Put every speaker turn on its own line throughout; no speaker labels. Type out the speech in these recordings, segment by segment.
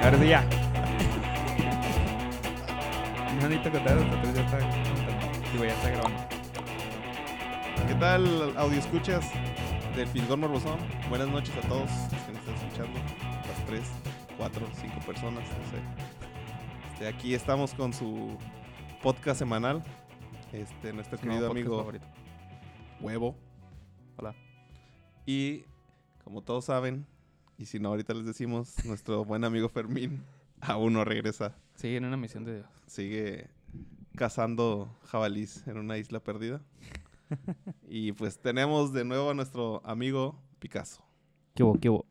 Ahora sí ya. No necesito contar hasta tres, ya está contando. Digo, ya está grabando.
¿Qué tal, audio escuchas del Filgón Morbosón? Buenas noches a todos los que nos están escuchando, las tres, cuatro, cinco personas, no sé. Este, aquí estamos con su podcast semanal, este, nuestro querido
Nuevo podcast
amigo
favorito.
Huevo. Hola. Y como todos saben, y si no ahorita les decimos, nuestro buen amigo Fermín aún no regresa.
Sí, en una misión de Dios.
sigue cazando jabalís en una isla perdida. y pues tenemos de nuevo a nuestro amigo Picasso.
¿Qué hubo? ¿Qué hubo?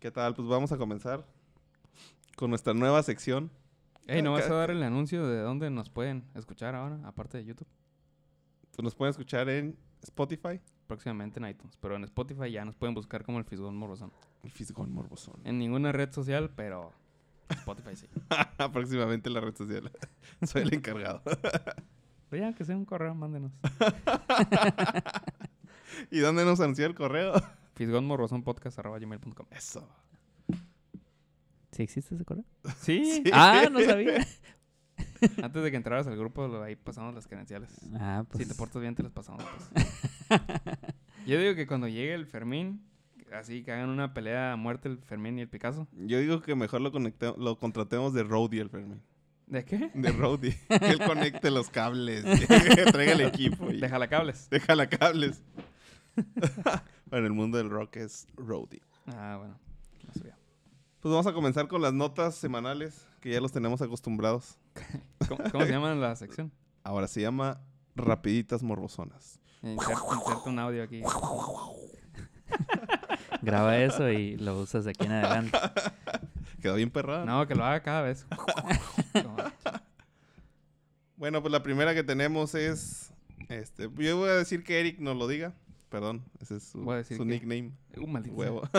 ¿Qué tal? Pues vamos a comenzar con nuestra nueva sección.
Ey, ¿no vas a dar el anuncio de dónde nos pueden escuchar ahora, aparte de YouTube?
Pues nos pueden escuchar en Spotify.
Próximamente en iTunes, pero en Spotify ya nos pueden buscar como el Fisgón Morrosón.
El Fisgón Morbosón.
En ninguna red social, pero Spotify sí.
Próximamente en la red social. Soy el encargado.
Pero ya, que sea un correo, mándenos.
¿Y dónde nos anunció el correo?
Fisgonmorrosónpodcast.com.
Eso.
¿Sí existe ese correo?
Sí,
Ah, no sabía.
antes de que entraras al grupo, lo- ahí pasamos las credenciales.
Ah, pues.
Si te portas bien, te las pasamos. pues. Yo digo que cuando llegue el Fermín, así que hagan una pelea a muerte el Fermín y el Picasso.
Yo digo que mejor lo, conecte- lo contratemos de roadie el Fermín.
¿De qué?
De roadie. que él conecte los cables. que traiga el equipo. y-
Déjala cables.
Déjala cables. bueno, el mundo del rock es roadie.
Ah, bueno. No sabía.
Pues vamos a comenzar con las notas semanales, que ya los tenemos acostumbrados.
¿Cómo, cómo se llama la sección?
Ahora se llama Rapiditas Morbosonas.
Inserta, inserta un audio aquí.
Graba eso y lo usas de aquí en adelante.
Quedó bien perrada. ¿no?
No, que lo haga cada vez. uh,
Bueno, pues la primera que tenemos es... Este, yo voy a decir que Eric nos lo diga. Perdón, ese es su,
Voy a decir
su
que-
nickname.
Un maldito. sea.
Huevo.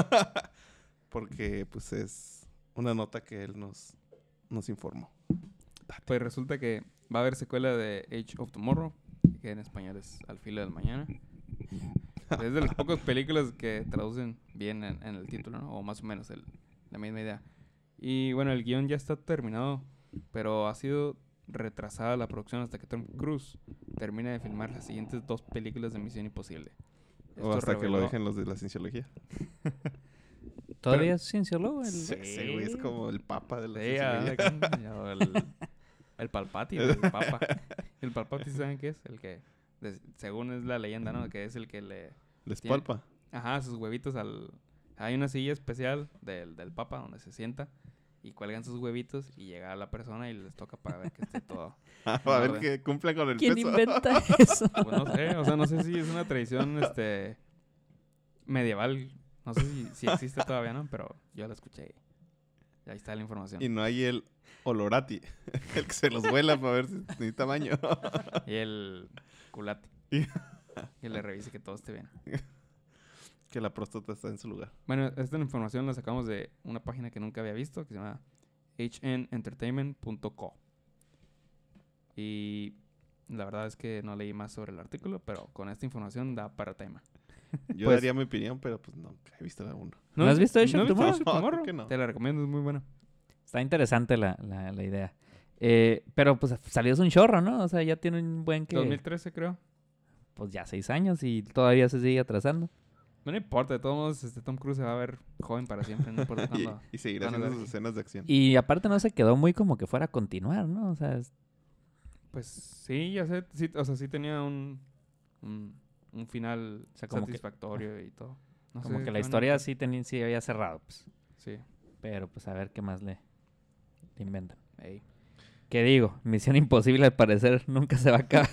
Porque pues es una nota que él nos, nos informó.
Pues resulta que va a haber secuela de Age of Tomorrow, que en español es Al filo del mañana. Es de las pocas películas que traducen bien en, en el título, ¿no? O más o menos el- la misma idea. Y bueno, el guión ya está terminado, pero ha sido retrasada la producción hasta que Tom Cruise termine de filmar las siguientes dos películas de Misión Imposible.
O
Esto
hasta que lo
reveló-
dejen los de la cienciología.
¿Todavía es cienciólogo? El...
Sí, ese güey es como el papa de la
Sí, ah, ya,
cienciología.
ya, o el, el Palpati, el Papa. El Palpati, ¿saben qué es? El que, de- según es la leyenda, ¿no? Que es el que le...
Les
Tiene-
palpa.
Ajá, sus huevitos al... Hay una silla especial del, del Papa donde se sienta y cuelgan sus huevitos y llega la persona y les toca para ver que esté todo.
Ah, a ver
Orden.
que cumpla con el
¿Quién
peso.
inventa eso?
Pues no sé, o sea, no sé si es una tradición, este... medieval. No sé si, si existe todavía, ¿no? Pero yo la escuché y ahí está la información.
Y no hay el olorati, el que se los vuela para ver si necesita baño.
Y el culate.
Y-
que le revise que todo esté bien.
que la próstata está en su lugar.
Bueno, esta información la sacamos de una página que nunca había visto, que se llama hnentertainment.co. Y la verdad es que no leí más sobre el artículo, pero con esta información da para tema.
Yo
Pues-
daría mi opinión, pero pues nunca he visto la uno.
¿No has visto Age
¿No
of
has
Tomorrow?
Age of
No, creo
Tomorrow?
que Ah, no.
Te la recomiendo, es muy buena.
Está interesante la, la, la idea. Eh, pero pues salió es un chorro, ¿no? O sea, ya tiene un buen que.
2013 creo.
Pues ya seis años y todavía se sigue atrasando.
No le importa, de todos modos, este Tom Cruise se va a ver joven para siempre, no importa
Y,
cuándo.
y seguirá
cuando
haciendo
la-
sus escenas de acción.
Y aparte no se quedó muy como que fuera a continuar, ¿no? O sea, es-
Pues sí, ya sé, sí, o sea, sí tenía un, un, un final
O sea, como que-
satisfactorio y todo. No
como
sé
que
qué
la
onda.
historia sí, tenía, sí había cerrado. Pues.
Sí,
Pero pues a ver qué más le, le inventan.
ey.
¿Qué digo? Misión imposible al parecer nunca se va a acabar.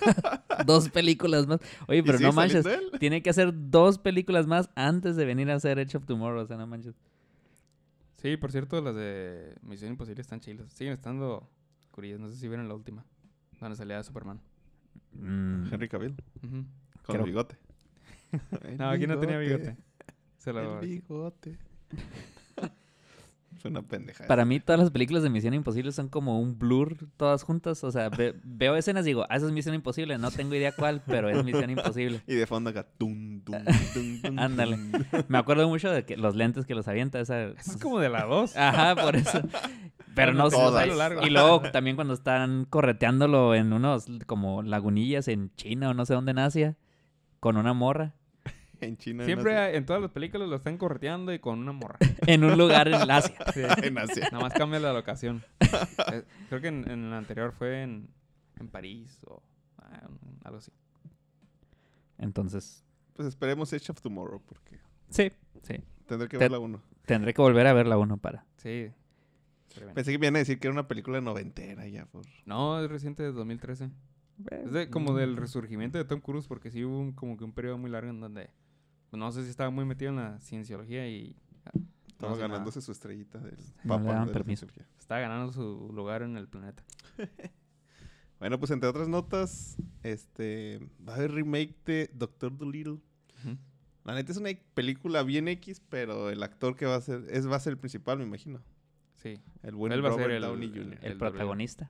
dos películas más. Oye, pero
sí,
no manches.
saliendo él.
Tiene que hacer dos películas más antes de venir a hacer Edge of Tomorrow. O sea, no manches.
Sí, por cierto, las de Misión Imposible están chilas. Siguen estando curiosas. No sé si vieron la última. Donde salía Superman.
Mm.
Henry Cavill,
Ujú.
con
Creo-
bigote.
No, aquí no tenía bigote. Se lo...
El bigote. es una pendeja.
Para mí, todas las películas de Misión Imposible son como un blur todas juntas. O sea, ve- veo escenas y digo, ah, esa es Misión Imposible. No tengo idea cuál, pero es Misión Imposible.
Y de fondo acá. tum, tum, tum, tum,
Ándale.
tum.
Me acuerdo mucho de que los lentes que los avienta. Esa...
Es como de la
Ah,
2.
Ajá, por eso. Pero no sé. o sea,
Todas.
y luego también cuando están correteándolo en unos como lagunillas en China o no sé dónde en Asia, con una morra.
En China. en
Siempre
Asia-
hay- en todas las películas lo están correteando y con una morra.
En un lugar en Asia.
Sí.
En Asia.
Nada más cambia la locación. Eh, Creo que en, en la anterior fue en, en París o ah, un- algo así.
Entonces,
Pues esperemos Edge of Tomorrow porque
sí, sí.
tendré que
Te-
ver la 1.
Tendré que volver a ver la uno para.
Sí. Pero bueno.
Pensé que me iban a decir que era una película noventera ya. Por...
No, es reciente de 2013. Es de- como
Mm.
del resurgimiento de Tom Cruise porque sí hubo un- como que un periodo muy largo en donde pues, no sé si estaba muy metido en la cienciología y ah, no
Estaba
hace nada.
ganándose su estrellita del
le
Papa.
daban
de la
permiso.
cirugía.
Estaba ganando su lugar en el planeta.
Bueno, pues entre otras notas, este va a haber remake de Doctor Dolittle.
Ujú.
La neta es una película bien X, pero el actor que va a ser es va a ser el principal, me imagino.
Sí.
El buen
Él va a ser
Robert
el-
Downey Jr.
El
el
protagonista,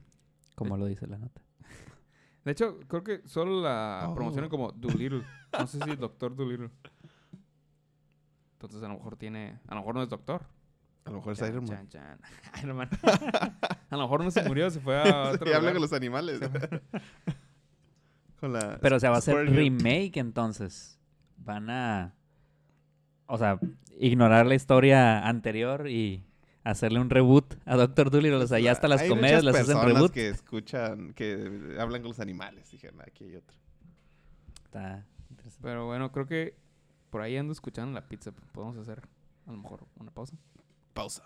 como lo dice la nota.
De hecho, creo que solo la
Oh.
promocionan como Doolittle. No sé si Doctor Doolittle. Entonces a lo mejor tiene... A lo mejor no es doctor.
A lo mejor es
Chan,
Pues Iron Man.
chan, chan. Iron Man. a lo mejor no se murió, se fue a otro
Y habla
lugar.
con los animales. con la
Pero o sea, va a ser
Squirrel.
remake entonces. Van a. O sea, ignorar la historia anterior y hacerle un reboot a Doctor Dolittle. O sea, ya hasta las
Pues, Hay
comedias
muchas
las hacen
personas
reboot.
que escuchan, que hablan con los animales. Dijeron, aquí hay otro.
Está interesante.
Pero bueno, creo que por ahí ando escuchando la pizza. pues, Podemos hacer a lo mejor una pausa.
Pausa.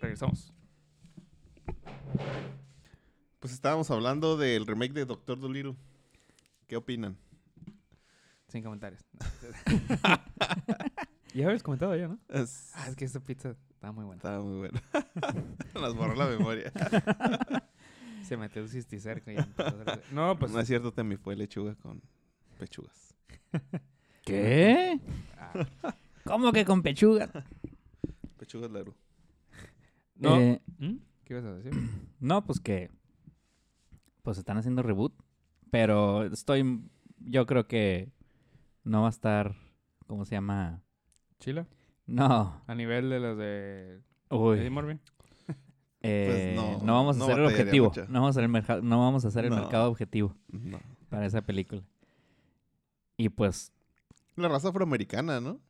Regresamos.
Pues estábamos hablando del remake de Doctor Dolittle. ¿Qué opinan?
Sin comentarios. ya habías comentado ya, ¿no?
Es-
Ah, es que esta pizza está muy buena.
Estaba muy bueno. Nos borró la memoria.
Se metió el cisticerco y empezó a hacer- No, pues...
no es cierto, Temi, fue lechuga con pechugas.
¿Qué? Ah. ¿Cómo que con pechuga?
Pechugas Larú.
No.
Eh,
¿Mm? ¿Qué ibas a decir?
no, pues que. Pues están haciendo reboot. Pero estoy. Yo creo que. No va a estar. ¿Cómo se llama?
Chila.
No.
A nivel de las de
Uy.
Eddie Murphy. Pues
Eh,
no,
no, vamos a
no
hacer el
batallaría
objetivo.
mucho.
No vamos a hacer el, merja- no vamos a hacer el
No.
mercado objetivo
No.
para esa película. Y pues,
La raza afroamericana, ¿no?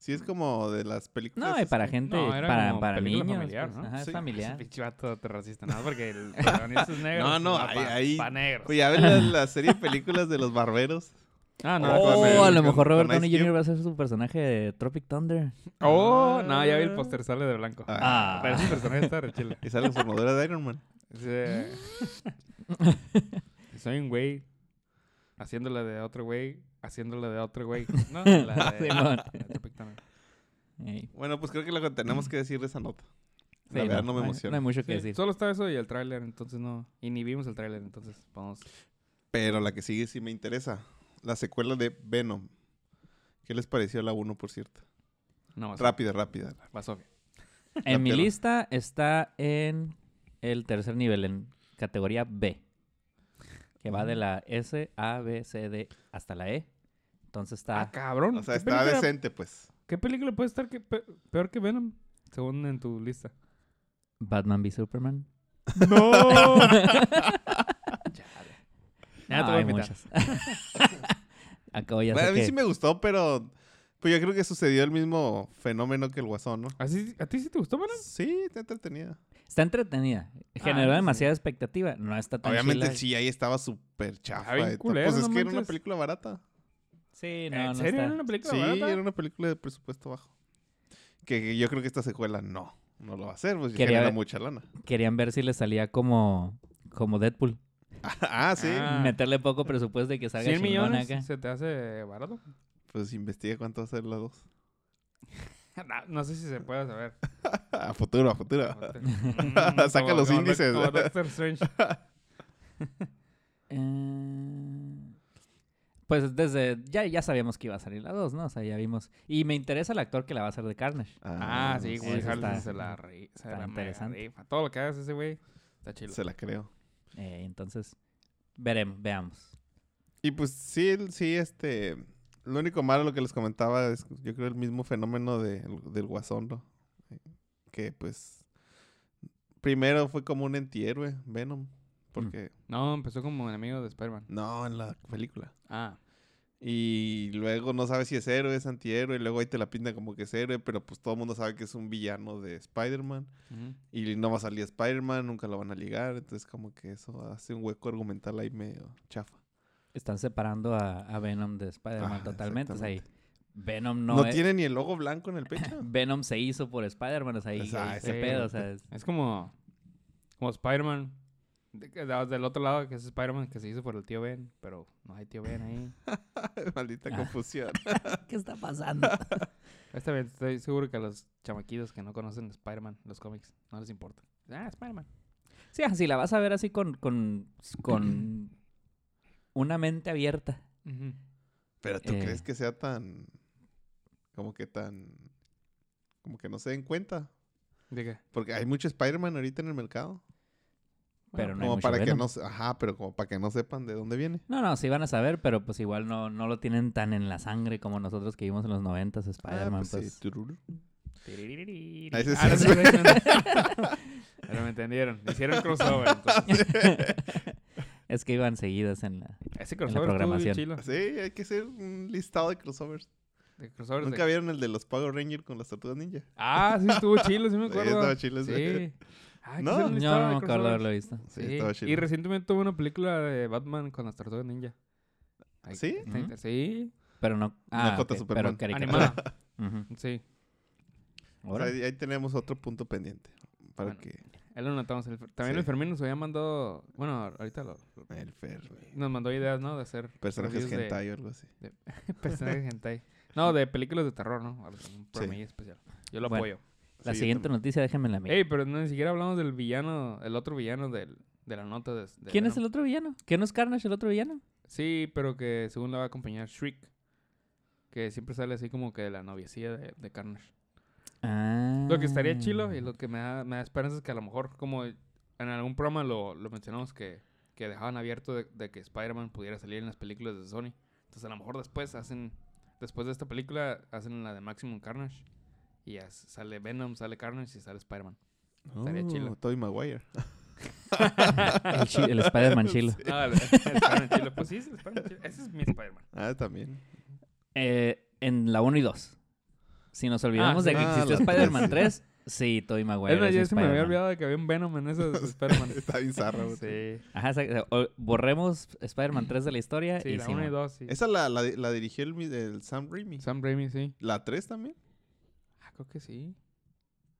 Sí, es como de las películas.
no, y para
este,
gente,
No, era
para,
como
para
película
niños.
familiar,
pues,
¿no?
ajá, es
Sí.
Ese
familiar.
pinche vato te racista, nada, porque el protagonista es negro.
No, no,
Ah,
ahí-
pa-
ahí-
Pa negros.
Oye, a ver la, la serie de películas de los barberos.
Ah, no.
con
Oh,
el-
a lo
con-
mejor Robert
con Ice
Downey
Cube.
Jr. va a ser su personaje de Tropic Thunder.
Oh, no, ya vi el póster, sale de blanco.
Ah.
Pero ese personaje está re chile.
Y sale en formadora de Iron Man.
Dice, Soy un güey haciéndola de otro güey, haciéndola de otro güey. No, la de...
Ah, Simón.
la de Tropic Thunder.
Ey,
Bueno, pues creo que lo que tenemos que decir de esa nota. La
sí,
verdad no me
hay-
emociona.
No hay mucho que
Sí,
decir.
Solo está eso y el tráiler, entonces no... Y ni vimos el tráiler, entonces vamos...
Pero la que sigue sí me interesa. La secuela de Venom. ¿Qué les pareció la 1, por cierto?
No, más
Rápida, rápida.
Va Sofía.
En mi
Rápido.
lista está en el tercer nivel, en categoría B. Que va de la S, A, B, C, D hasta la E. Entonces está...
Ah, cabrón.
O sea,
¿qué
está
película-
decente, pues.
¿Qué película puede estar que pe- peor que Venom? Según en tu lista.
Batman v Superman.
¡No!
No,
Nada, te voy a
hay
invitar.
muchas. Acabo ya
Bueno,
sé
a mí
que-
sí me gustó, pero pues yo creo que sucedió el mismo fenómeno que el Guasón, ¿no?
¿Así, ¿A ti sí te gustó, Venom?
Sí, está entretenida.
Está entretenida. Generó
eso Ah, sí.
demasiada expectativa. No está tan
Obviamente
chila.
el CGI estaba súper chafa.
Ah, bien
de todo.
culero,
pues es
no
que era una
manches.
película barata.
Sí, no, no
¿En serio?
está.
¿Era una película
Sí,
barata?
era una película de presupuesto bajo. Que, que yo creo que esta secuela no, no lo va a hacer, pues
Quería
genera
ver-
mucha lana.
Querían ver si le salía como, como Deadpool.
ah, sí.
Ah.
Meterle poco presupuesto y que salga
100
chingón
millones
acá.
se te hace barato.
Pues investiga cuánto va a ser la dos.
No, no sé si se puede saber.
A futuro, a futuro.
Mm,
Saca
como-
los
como
índices.
Doc- como Doctor Strange.
Eh, Pues desde. Ya, ya sabíamos que iba a salir la 2, ¿no? O sea, ya vimos. Y me interesa el actor que la va a hacer de Carnage.
Ah,
sí,
sí, güey.
eso
Harrelson
está-
se la ri- se
está
la mega
interesante.
rifa. Todo lo que hagas ese güey está chido.
Se la creo.
Eh, entonces, veremos, veamos.
Y pues sí, el- sí, este. Lo único malo lo que les comentaba es, yo creo, el mismo fenómeno de- del guasón, ¿no? Que pues. Primero fue como un antihéroe, Venom. Porque.
No, empezó como enemigo de Spider-Man.
No, en la película.
Ah,
Y luego no sabes si es héroe, es antihéroe. Y luego ahí te la pinta como que es héroe, pero pues todo el mundo sabe que es un villano de Spider-Man.
ujú.
Y no va a salir Spider-Man, nunca lo van a ligar. Entonces, como que eso hace un hueco argumental ahí medio chafa.
Están separando a, a Venom de Spider-Man
Ah,
totalmente. O sea, ahí Venom
No,
no, eh. es-
tiene ni el logo blanco en el pecho.
Venom se hizo por Spider-Man, o sea, ahí,
Esa-
ahí
ese
ese pedo, o sea, es-
es como, como Spider-Man. de- que- de- del otro lado, que es Spider-Man que se hizo por el tío Ben, pero no hay tío Ben ahí.
Maldita
Ah.
confusión.
¿qué está pasando?
Esta vez Este estoy seguro que a los chamaquitos que no conocen Spider-Man, los cómics, no les importa. Ah, Spider-Man.
sí, así la vas a ver así con, con, con una mente abierta.
Ujú.
Pero tú
Eh.
crees que sea tan. Como que tan. Como que no se den cuenta.
¿De qué?
Porque hay mucho Spider-Man ahorita en el mercado.
Pero no hay
como
mucho
para que
Venom.
no. se- Ajá, pero como para que no sepan de dónde viene.
No, no, sí van a saber, pero pues igual no, no lo tienen tan en la sangre como nosotros que vimos en los noventas Spider-Man,
Ah, pues
pues.
sí, tururú.
Tiririririr.
Ese
Ah, no
sí.
sé, güey, no. Pero me entendieron. Hicieron crossover. entonces.
pues. es que iban seguidas en la...
Ese crossover estuvo bien
programación.
chilo.
Ah, Sí, hay que hacer un listado de crossovers.
De crossovers de-
¿Nunca vieron el de los Power Rangers con las tortugas ninja?
Ah, sí, estuvo chilo, sí me
Sí,
acuerdo.
estaba chilo ese.
Sí. Ah, que
¿No?
hicieron
No, no,
un listado de
me acuerdo
crossovers.
haberlo visto.
Sí,
Sí,
estaba chido.
Y recientemente tuvo una película de Batman con las tortugas ninja. Ay,
¿Sí?
está
Ujú.
inter- Sí,
Pero no... Ah,
Dakota
ok,
Superman.
pero caricatura.
animada.
Ujú.
Sí.
O sea,
Órale.
ahí, ahí tenemos otro punto pendiente. Para
Bueno.
que
Él lo notamos. El- También
Sí.
el Fermín nos había mandado. Bueno, ahorita lo- lo-
el Fermi.
nos mandó ideas, ¿no? De hacer
Personajes
reviews de-
hentai o algo así.
personajes hentai. No, de películas de terror, ¿no? Algo, Un promedio especial. Yo lo
Bueno.
apoyo.
La
Sí, yo
siguiente
también.
noticia, déjenme la mía.
Ey, pero no, ni siquiera hablamos del villano, el otro villano del, de la nota de, de
¿Quién es el
Venom.
otro villano? ¿Quién no es Carnage el otro villano?
Sí, pero que según la va a acompañar Shriek. Que siempre sale así como que de la noviecía de, de Carnage.
Ah.
Lo que estaría chilo y lo que me da, me da esperanza es que a lo mejor, como en algún programa lo, lo mencionamos, que, que dejaban abierto de, de que Spider-Man pudiera salir en las películas de Sony. Entonces a lo mejor después hacen, después de esta película, hacen la de Maximum Carnage. Y ya s- sale Venom, sale Carnage y sale Spider-Man. Estaría
Oh,
chilo.
Tobey Maguire.
El, chi- el Spider-Man chilo.
No, el, el Spider-Man chilo. Pues sí, es el Spider-Man chilo. Ese es mi Spider-Man.
Ah, también.
Eh, en la 1 y 2. Si nos olvidamos de
sí.
que
Ah,
existe
la
Spider-Man
tres.
3, sí, Tobey Maguire.
Es más,
es
yo se me había
Spider-Man.
olvidado de que había un Venom en ese Spider-Man.
Está bizarra, güey.
sí.
Ajá, sa- o- borremos Spider-Man 3 de la historia
Sí,
y
la
sí,
1 y
man.
2, sí.
Esa la, la, la dirigió el, mi- el Sam Raimi.
Sam Raimi, sí.
¿La 3 también?
Ah, creo que sí.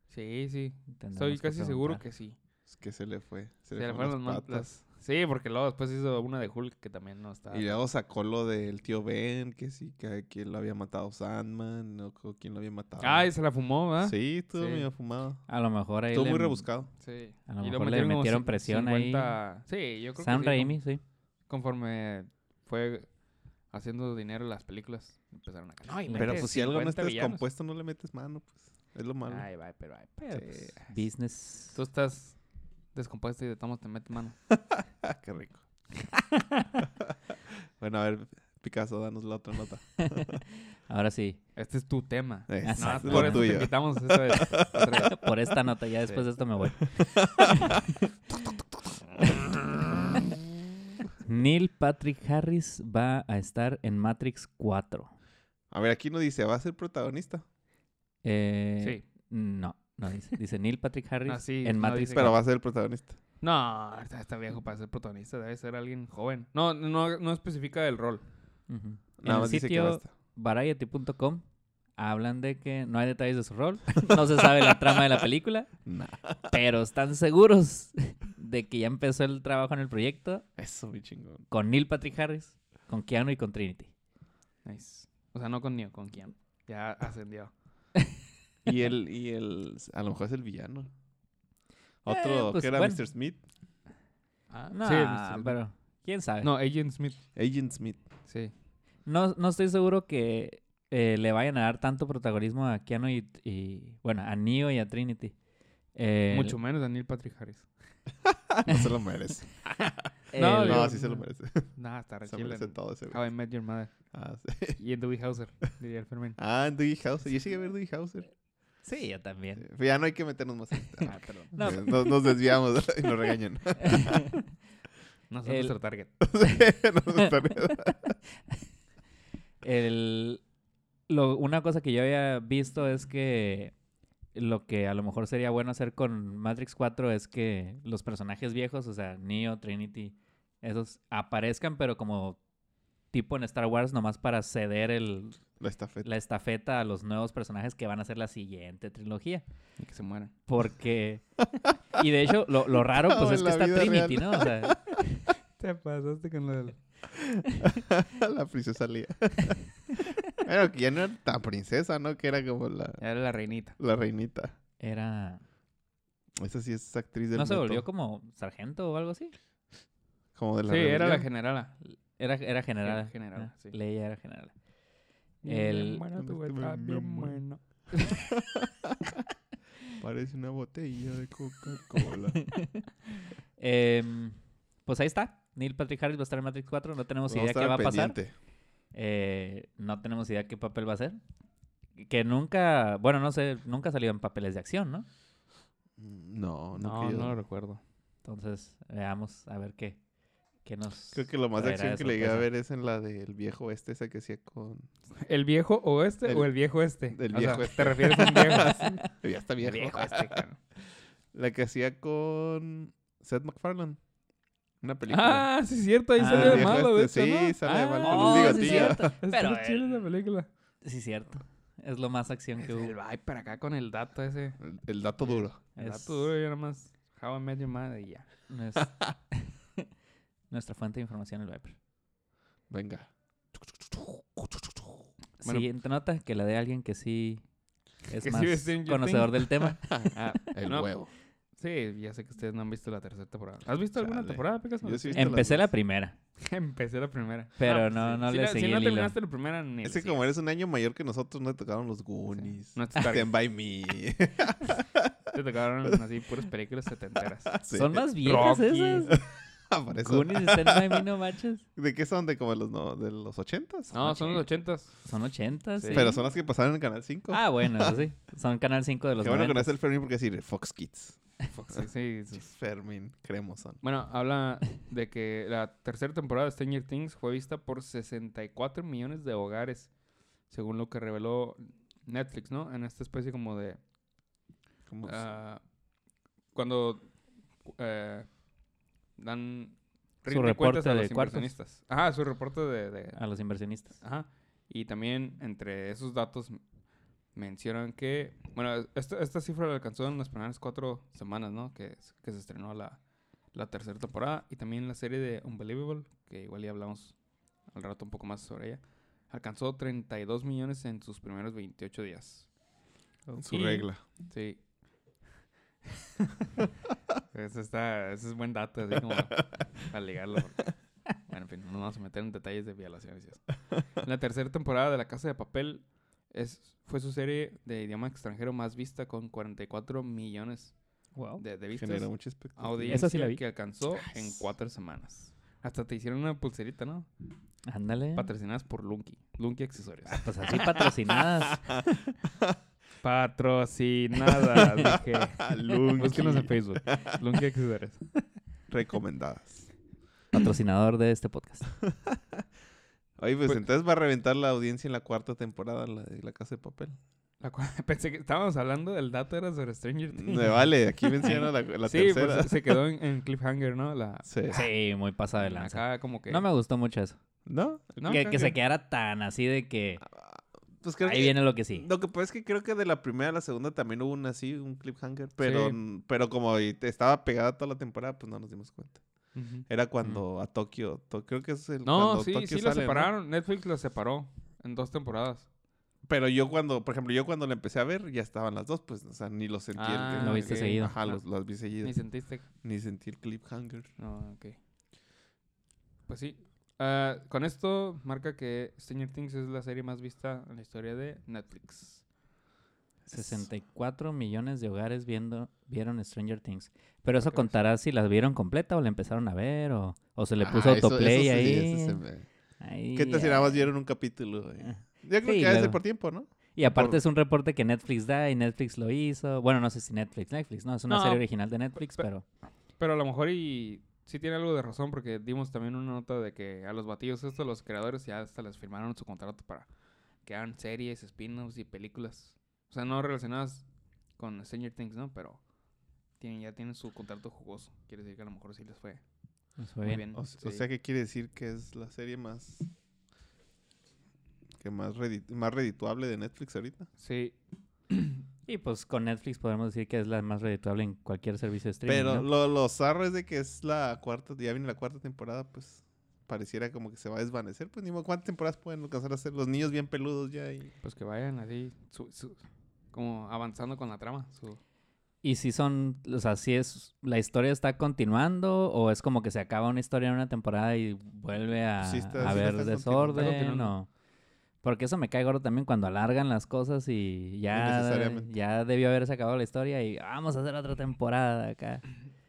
Sí, sí. Estoy
Tendremos que
casi seguro
preguntar.
que sí.
Es que se le fue. Se,
Se
le,
le
fueron
fueron
las
las
patas.
Sí, porque luego después hizo una de Hulk que también Ah, no está.
Y luego sacó lo del tío Ben, que sí, que, que lo había matado Sandman, no creo quién lo había matado.
Ay, se la fumó, ¿verdad?
Sí, estuvo
Ah, Sí.
medio fumado.
A lo mejor ahí.
Estuvo
le-
muy rebuscado.
Sí.
A lo
Y
mejor le
como
metieron
cin-
presión ahí.
50 Sí, yo creo
Sam
que sí,
Raimi, sí.
con- Conforme fue haciendo dinero las películas, empezaron a caer. No, y
Pero
Pero
mete
pues si algo no
50
está
villanos.
descompuesto, no le metes mano, pues. Es lo malo.
Ay, va, pero, ay, pero
Sí.
pues,
Business.
tú estás descompuesto y de tomas te mete mano.
Ah, qué rico. bueno, a ver, Picasso, danos la otra nota.
Ahora sí.
Este es tu tema.
Eso,
No,
Eh, es
por
lo
eso te
tuyo.
invitamos esta vez. Otra vez.
Por esta nota, ya después de esto me voy. Neil Patrick Harris va a estar en Matrix 4.
A ver, aquí no dice, va a ser protagonista,
Eh,
Sí.
No, no dice. Dice Neil Patrick Harris
No, Ah, sí,
en
no
Matrix
dice
pero
4.
va a ser el protagonista.
No, está, está viejo para ser protagonista, debe ser alguien joven. No, no, no especifica el rol.
Ujú. En
Nada
el
más dice que va a
sitio
estar.
variety.com hablan de que no hay detalles de su rol, no se sabe la trama de la película,
Nah.
pero están seguros de que ya empezó el trabajo en el proyecto
Eso, mi chingón.
con Neil Patrick Harris, con Keanu y con Trinity.
Nice. O sea, no con Neo, con Keanu. Ya ascendió.
Y el, y el, a lo mejor es el villano. Otro
pues,
que era
bueno.
Mr. Smith.
No,
Ah, Sí, Mr. Smith.
pero quién sabe. No,
No, Agent Smith.
Agent Smith.
Eh. Sí.
no, estoy seguro que eh, le vayan a dar tanto protagonismo a Keanu y, y, bueno, a Neo y a Trinity. Eh,
Mucho menos a Neil Patrick Harris.
Ah, No se lo merece.
el-
No,
no,
digo,
sí se lo
no.
merece.
Nah, está re
Se
chila,
merece
¿no?
todo ese güey.
How I Met Your Mother.
Ah, sí.
Y en Dewey Hauser, diría el Fermín.
Ah, Dougie Hauser. Yo llegué a ver Dougie Hauser.
Sí, yo también.
Pero Ya no hay que meternos más. en esto.
Ah, perdón.
No,
Nos, nos desviamos y nos regañan.
No son
El-
nuestro target.
Nos están-
El, lo- una cosa que yo había visto es que lo que a lo mejor sería bueno hacer con Matrix 4 es que los personajes viejos, o sea, Neo, Trinity, esos aparezcan, pero como tipo en Star Wars, nomás para ceder el,
La estafeta.
la estafeta a los nuevos personajes que van a ser la siguiente trilogía.
Y que se mueran.
Porque... Y de hecho, lo, lo raro
Como
pues es
en
que
la
está
vida
Trinity, ¿no? O sea,
Te pasaste con lo del...
La princesa Lía. Bueno, que ya no era tan princesa, ¿no? Que era como la,
Era la reinita.
la reinita.
era...
Esa sí es actriz del
¿No se
gueto.
volvió como sargento o algo así?
Como de la
sí, era la
rebelión.
generala.
Era, era general.
general, sí.
Leia era general. El-
Bueno, tú
Estuvo
estás
bien
bien
bueno.
bueno.
Parece una botella de Coca-Cola.
Em, pues ahí está. Neil Patrick Harris va a estar en Matrix 4. No tenemos
Vamos
idea qué
estar
va a
al
pasar.
pendiente.
Eh, no tenemos idea qué papel va a ser. Que nunca, bueno, no sé, nunca salió en papeles de acción, ¿no?
Mm, No, no,
No,
que yo-
no lo recuerdo.
Entonces, veamos a ver qué, qué nos.
Creo que lo más de
traerá
acción
de
que le llegué a
sorpresa.
ver es en la del viejo este, esa que hacía con...
¿El viejo oeste
El-
o el viejo este?
del
O
viejo
sea,
este.
¿Te refieres a un viejo?
Ya está
El
viejo.
viejo este, cabrón.
La que hacía con Seth MacFarlane. Una película.
Ah, sí, es cierto. Ahí
Ah,
sale
el
de
viejo
malo, de
este,
hecho,
sí,
¿no? Ah,
sale de malo con
un
sí,
bigotillo.
es cierto.
Oh, Pero
Está chida
el-
esa película.
Sí, cierto. Es lo más acción que
El
hubo.
vibe acá con el dato ese.
El, el dato duro.
El
Es-
dato duro y nada más. How I Met Your Mother y ya.
nues- Nuestra fuente de información, el Viper.
Venga.
Bueno.
Siguiente nota que la dé alguien que sí es
Que sí
más
ve Stranger
conocedor del
Things.
tema.
Ah,
El
no,
huevo.
Sí, ya sé que ustedes no han visto la tercera temporada. ¿Has visto alguna
Chale.
temporada, Picasso?
Yo sí he visto
Empecé
las
la
dos.
primera,
Empecé la primera. Ah,
pero no, no
si
le
no,
seguí
si no
el hilo.
terminaste la primera, ni
Es
le
que como
sigas.
eres un año mayor que nosotros, no te tocaron los Goonies.
No te tocaron-
Stand by me.
te tocaron así puras películas setenteras.
Sí.
Son más viejas
Rocky.
esas.
Ah, Por eso.
Goonies están en no manches.
¿De qué son? ¿De como los, no, de los ochentas?
No, son los ochentas.
Son 80, sí.
Sí.
Pero son las que pasaron en el Canal 5.
Ah, bueno, eso sí. Son Canal 5 de los
Qué bueno
90.
conoce el Fermín porque decir Fox Kids.
Sí, sí, sí.
Fermín, Cremoson.
Bueno, habla de que la tercera temporada de Stranger Things fue vista por 64 millones de hogares, según lo que reveló Netflix, ¿no? En esta especie como de...
¿Cómo es?
ah, cuando eh, dan...
Su
rinden cuentas
reporte
a
de
los
cuartos.
inversionistas. Ajá, su reporte de... de-
A los inversionistas.
ajá. Y también entre esos datos mencionan que... Bueno, esta, esta cifra la alcanzó en las primeras cuatro semanas, ¿no? Que, s- que se estrenó la, la tercera temporada y también la serie de Unbelievable, que igual ya hablamos al rato un poco más sobre ella, alcanzó 32 millones en sus primeros 28 días.
Su
Y-
regla.
Sí. eso está, ese es buen dato, así como para ligarlo. porque- Bueno, en fin, no nos vamos a meter en detalles de violaciones y eso. La tercera temporada de La Casa de Papel es, fue su serie de idioma extranjero más vista con 44 millones
Wow.
de, de vistas
Genera mucha expectativa.
audiencia
Esa sí la vi.
que alcanzó en cuatro semanas. Hasta te hicieron una pulserita, ¿no?
Ándale.
Patrocinadas por Lunky. Lunky Accesorios.
Pues así patrocinadas.
Patrocinadas, dije.
Ah, Lunky.
Búsquenos en Facebook. Lunky Accesorios.
Recomendadas.
Patrocinador de este podcast.
Oye, pues,
Pues-
entonces va a reventar la audiencia en la cuarta temporada, la de La Casa de Papel.
La cual- Pensé que estábamos hablando, el dato era sobre Stranger Things.
Mm, Me vale, aquí menciona la, la
sí,
tercera.
pues se quedó en, en cliffhanger, ¿no? La,
Sí.
Sí, muy pasada de lanza.
acá como que... pues,
No me gustó mucho eso.
Ah, ¿No?
No,
que
creo
que
que-
se quedara tan así de que
Pues creo
Ahí
que-
viene lo que sí.
Lo que pasa es que creo que de la primera a la segunda también hubo un así, un cliffhanger, pero,
Sí.
n- pero como y te- estaba pegada toda la temporada, pues no nos dimos cuenta.
Ujú.
Era cuando
Mm.
a Tokio, to- creo que es el
No,
cuando
sí,
Tokio
sí la
sale, ¿no?
separaron. Netflix la separó en dos temporadas.
Pero yo cuando, por ejemplo, yo cuando la empecé a ver, ya estaban las dos, pues, o sea, ni lo sentí. el
Ah,
cliffhanger.
Lo viste
ok.
seguido.
Ajá,
No.
los, las vi
¿Ni
seguidas.
sentiste?
Ni sentí el cliffhanger.
No, ok. Pues sí. Ah, con esto marca que Stranger Things es la serie más vista en la historia de Netflix.
64 millones de hogares viendo, vieron Stranger Things. Pero eso
qué ves?
contará si las vieron completa o la empezaron a ver o, o se le puso
Ah, eso-
autoplay
eso sí,
ahí.
eso se me-
Ahí,
¿Qué te
ah.
si nada más vieron un capítulo? güey?
Ah.
Yo creo
Sí,
que ha de ser
luego.
por tiempo, ¿no?
Y aparte
Por-
es un reporte que Netflix da y Netflix lo hizo. Bueno, no sé si Netflix, Netflix, no, es una
No,
serie original de Netflix,
pe-
pero
Pero a lo mejor y sí tiene algo de razón porque dimos también una nota de que a los batidos estos, los creadores, ya hasta les firmaron su contrato para que hagan series, spin-offs y películas. O sea, no relacionadas con Stranger Things, ¿no? Pero tienen, ya tienen su contrato jugoso. Quiere decir que a lo mejor sí les fue
nos fue
muy
bien.
bien.
O, s- o
sí.
sea que quiere decir que es la serie más que más, redi- más redituable de Netflix ahorita.
Sí.
Y pues con Netflix podemos decir que es la más redituable en cualquier servicio de streaming.
Pero
¿no?
lo, lo zarro es de que es la cuarta, ya viene la cuarta temporada, pues pareciera como que se va a desvanecer. Pues ni modo, ¿cuántas temporadas pueden alcanzar a hacer? Los niños bien peludos ya y...
Pues que vayan así, su- su- como avanzando con la trama. su-
Y si son, o sea, si es, la historia está continuando o es como que se acaba una historia en una temporada y vuelve a,
Sí está-
a
sí la
haber
está continu- está
desorden
continuando.
o... Porque eso me cae gordo también cuando alargan las cosas y ya,
Innecesariamente.
ya debió haberse acabado la historia y vamos a hacer otra temporada acá.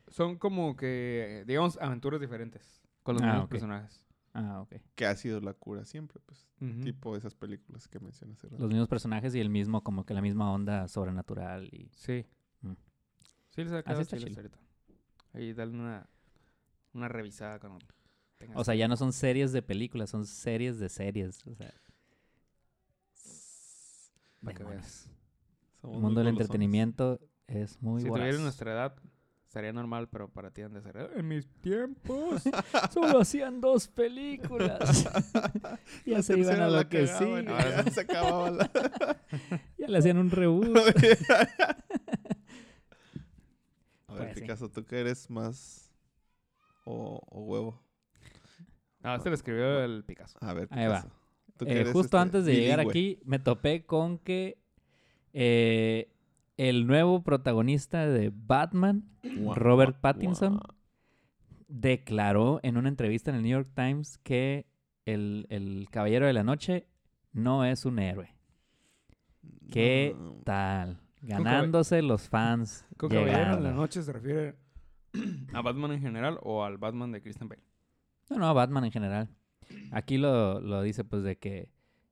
Son como que, digamos, aventuras diferentes con los
Ah,
mismos
ok.
personajes.
Ah, ok.
que ha sido la cura siempre, pues.
Ujú.
Tipo esas películas que mencionas. hace rato.
Los mismos personajes y el mismo, como que la misma onda sobrenatural y...
Sí.
Mm.
Sí, les ha
Así
quedado
está
chiles
chilo.
ahorita. Ahí dale una, una revisada cuando tengas
O sea, ya
tiempo.
no son series de películas, son series de series. O sea,
Para que
demonios.
veas.
Somos
El
muy
mundo del
golosones.
entretenimiento es muy
si
bueno.
tuvieran nuestra edad, estaría normal, pero para ti han de ser. "Eh, En mis tiempos.
Solo hacían dos películas. ya
La
se iban
tercera
a
la
lo que sí.
cagaban y ya se acababa la...
Pues Ya le hacían un reboot.
A ver,
Pues sí.
Picasso, ¿tú qué eres más o, o huevo?
No, este lo escribió el Picasso.
A ver,
Ahí va.
Picasso, ¿tú
Eh,
que eres,
justo
este,
antes de llegar
bilingüe?
aquí, me topé con que eh, el nuevo protagonista de Batman,
Guau,
Robert
guau,
Pattinson,
guau.
declaró en una entrevista en el New York Times que el, el Caballero de la Noche no es un héroe. ¿Qué
No.
tal? Ganándose los fans.
Con Caballero en la
llegaron.
Noche se refiere a Batman en general o al Batman de Christian Bale.
No, no, Batman en general. Aquí lo, lo dice, pues, de que.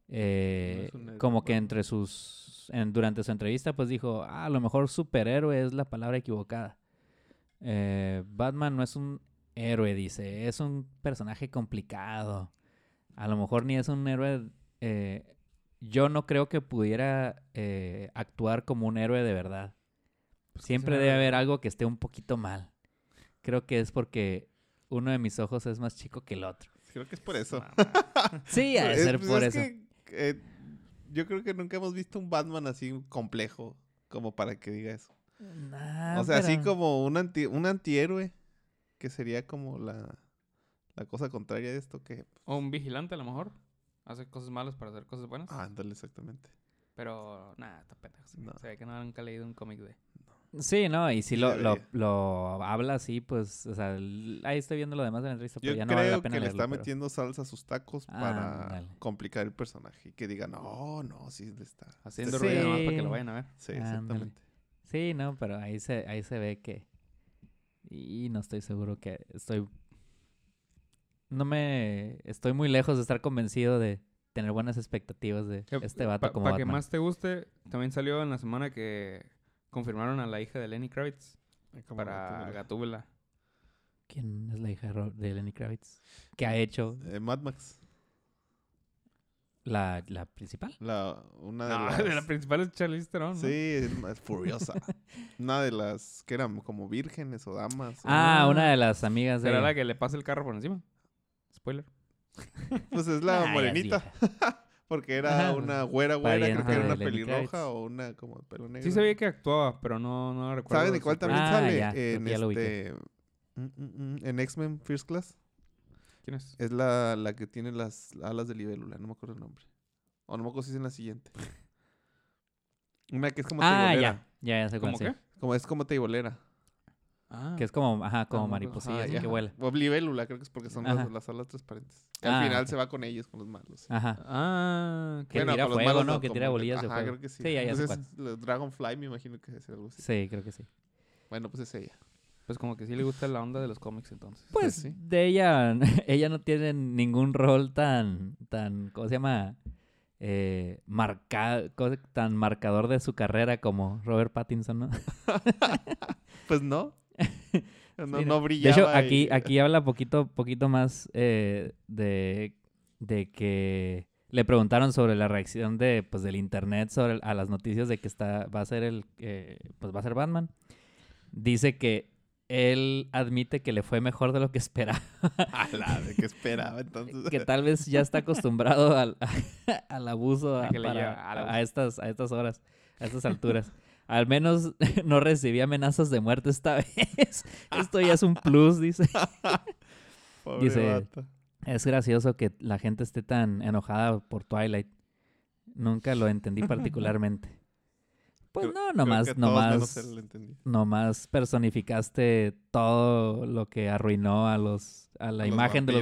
eh,
es un héroe,
como que
Batman.
entre sus. en- durante su entrevista, pues dijo: "Ah, a lo mejor superhéroe es la palabra equivocada. Eh, Batman no es un héroe, dice. Es un personaje complicado. A lo mejor ni es un héroe. eh, yo no creo que pudiera eh, actuar como un héroe de verdad.
Pues,
Siempre
¿quién
debe
era?
haber algo que esté un poquito mal. Creo que es porque uno de mis ojos es más chico que el otro.
Creo que es por eso.
Sí, ha de
Es-
ser
pues
por
es
eso.
que, eh, yo creo que nunca hemos visto un Batman así complejo como para que diga eso.
Nah,
o sea, así
Ah, pero-
como un, anti, un antihéroe, que sería como la, la cosa contraria de esto
Pues,
que...
O un vigilante, a lo mejor. Hace cosas malas para hacer cosas buenas.
Ah, ándale, exactamente.
Pero, nada, está pendejo. Se
No.
se ve que no nunca he leído un cómic de.
Sí, no, y si
Sí
lo, lo,
debería.
lo habla así, pues, o sea, l- ahí estoy viendo lo demás de la entrevista, pero
Yo
ya no
creo
vale la pena
que le
leerlo,
está
pero-
metiendo salsa a sus tacos
Ah,
para
ándale.
complicar el personaje. Y que digan, no, no, sí le está...
Haciendo
Sí.
ruido nomás para que lo vayan a ver.
Sí,
Ándale.
exactamente.
Sí, no, pero ahí se, ahí se ve que... Y no estoy seguro que estoy... No me... Estoy muy lejos de estar convencido de tener buenas expectativas de
Que-
este vato como
Para Eh, que
Batman.
más te guste, también salió en la semana que confirmaron a la hija de Lenny Kravitz para Gatúbela.
¿Quién es la hija de Ro- de Lenny Kravitz? ¿Qué ha hecho
Eh, Mad Max,
la, la principal?
la, una de
No,
las...
de la principal es Charlize Theron, ¿no?
Ah, Sí, es más furiosa. Una de las que eran como vírgenes o damas. o-
Ah, una de las amigas de...
Será la que le pasa el carro por encima. Spoiler.
Pues es
Ah,
la
ya es
morenita.
vieja.
Porque era
Ajá,
una güera, güera, creo que
pariente
era una
de Lenny Kravitz.
pelirroja o una como pelo negro.
Sí sabía que actuaba, pero no, no recuerdo.
¿Sabes de cuál también
Ah,
sale?
ya, creo
en
que ya lo ubiqué.
este... mm, mm, mm, en X-Men First Class.
¿Quién es?
Es la, la que tiene las alas de libélula, no me acuerdo el nombre. O no me acuerdo si es en la siguiente. Una que es como
Ah,
teibolera.
ya. Ya, ya sé cuál
¿Cómo
sí.
qué?
Como, es como teibolera.
Ah,
Que es como, ajá, como
no, pues, no,
mariposilla,
ah,
así
ya.
que vuela.
O libélula, creo que es porque son
Ajá.
las, las alas transparentes. Que
Ah,
al final
ok.
se va con ellos, con los malos.
Ajá.
ah,
Que
que-
tira
con los
fuego,
malos
¿no? Que
como
tira bolillas de
ajá,
fuego.
creo que sí.
Sí, ya, ya sé
Entonces, lo- Dragonfly me imagino que es algo así.
Sí, creo que sí.
Bueno, pues es ella.
pues como que sí le gusta la onda de los cómics entonces.
Pues
sí.
de ella, ella no tiene ningún rol tan, tan, ¿cómo se llama? Eh, marca- cosa- tan marcador de su carrera como Robert Pattinson, ¿no?
Pues no. No,
Sí,
no
De
brillaba.
hecho, aquí,
y-
aquí habla poquito, poquito más eh, de, de que le preguntaron sobre la reacción de, pues, del internet sobre a las noticias de que está, va a ser el, eh, pues, va a ser Batman. Dice que él admite que le fue mejor de lo que esperaba.
A la de que esperaba, entonces.
que tal vez ya está acostumbrado al, al abuso a,
A que le
para-
lleva- al
a-
abuso.
a estas, a estas horas, a estas alturas. Al menos no recibí amenazas de muerte esta vez. Esto ya es un plus, dice.
Pobre
dice-
vato.
Es gracioso que la gente esté tan enojada por Twilight. Nunca lo entendí particularmente. Pues
Creo-
no,
Creo
nomás,
que a todos menos
nomás,
él lo entendía.
nomás personificaste todo lo que arruinó a los a la
A los
imagen de los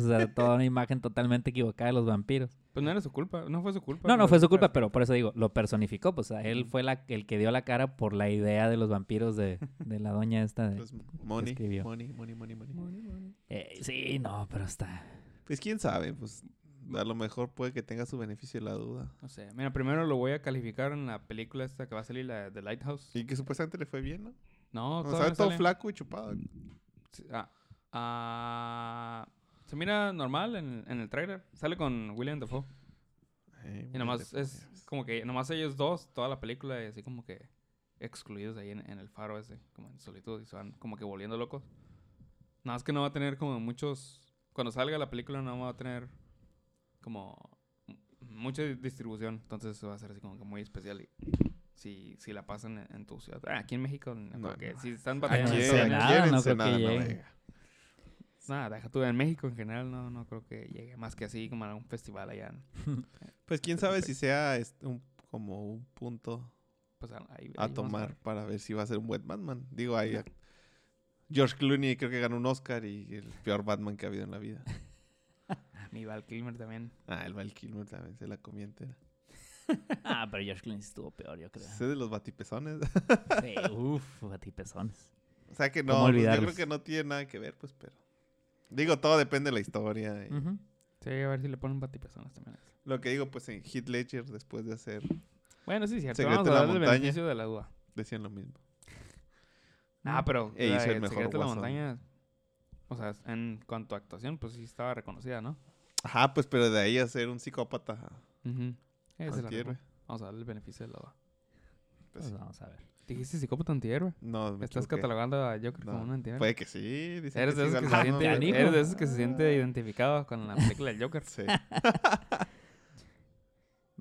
vampiros, o sea, toda una imagen totalmente equivocada de los vampiros.
Pues no era su culpa, no fue su culpa.
Pues No, no
pero- pues,
fue su culpa, pero por eso digo, lo personificó. Pues a él fue la, el que dio la cara por la idea de los vampiros de, de la doña esta. De,
Pues, money,
escribió.
money, money, money, money.
Eh, sí, no, pero está.
Pues quién sabe, pues a lo mejor puede que tenga su beneficio de la duda.
No sé, mira, primero lo voy a calificar en la película esta que va a salir, la de The Lighthouse.
Y que supuestamente le fue bien, ¿no?
No,
o
todavía
sea,
no
todo
sale.
flaco y chupado.
Sí, ah, ah, se mira normal en, en el trailer. Sale con William Dafoe.
Eh,
Y nomás es como que nomás ellos dos, toda la película, y así como que excluidos ahí en, en el faro ese, como en solitud, y se van como que volviendo locos. Nada más que no va a tener como muchos. Cuando salga la película, no va a tener como m- mucha di- distribución. Entonces va a ser así como que muy especial. Y si, si la pasan en, en tu ciudad. Ah, aquí en México, no,
No,
porque
no.
si están
Aquí
batallando.
en
Aquí,
Ensenada,
en-
Ensenada,
aquí en
no creo
Ensenada
que
no
llegue.
llega.
pues, Nada, deja tú en México en general, no, no creo que llegue más que así como a un festival allá. en-
Pues quién sabe si sea este, un- como un punto
Pues ahí- ahí
a
vamos
tomar
ver.
para ver si va a ser un buen Batman. Digo, ahí a- George Clooney creo que ganó un Oscar y el peor Batman que ha habido en la vida.
Ah, Mi Val Kilmer también.
Ah, el Val Kilmer también se la comía entera.
Ah, pero George Clooney estuvo peor, yo creo.
Sé de los batipezones.
Sí, uf, a ti pezones.
o sea que
¿Cómo
no, pues, yo creo
olvidarlos?
que no tiene nada que ver, pues, pero. Digo, todo depende de la historia.
Mm.
y-
Ujú.
Sí, a ver si le ponen batipersonas también. a eso.
Lo que digo, pues en Heath Ledger, después de hacer,
Bueno, sí, cierto.
Secreto
Vamos
en la
a darle el
montaña.
beneficio de la duda.
decían lo mismo.
Ah, pero
E
la
hizo el
de
mejor
Secreto en la
Guasón.
montaña. O sea, en cuanto a actuación, pues sí estaba reconocida, ¿no?
Ajá, pues, pero de ahí a ser un psicópata.
Ujú. Eh, se la
antihéroe.
rifó. Vamos a darle el beneficio de la duda.
Pues,
Pues
sí.
vamos a ver.
Dijiste psicópata antihéroe.
No, me
Estás
equivoqué.
catalogando a Joker como
No,
un antihéroe.
Puede que sí. dicen
Eres
que
de,
sí,
esos que se
ganó,
siente,
¿no?
Canijo.
eres de esos que se siente identificado con la película del Joker.
Sí.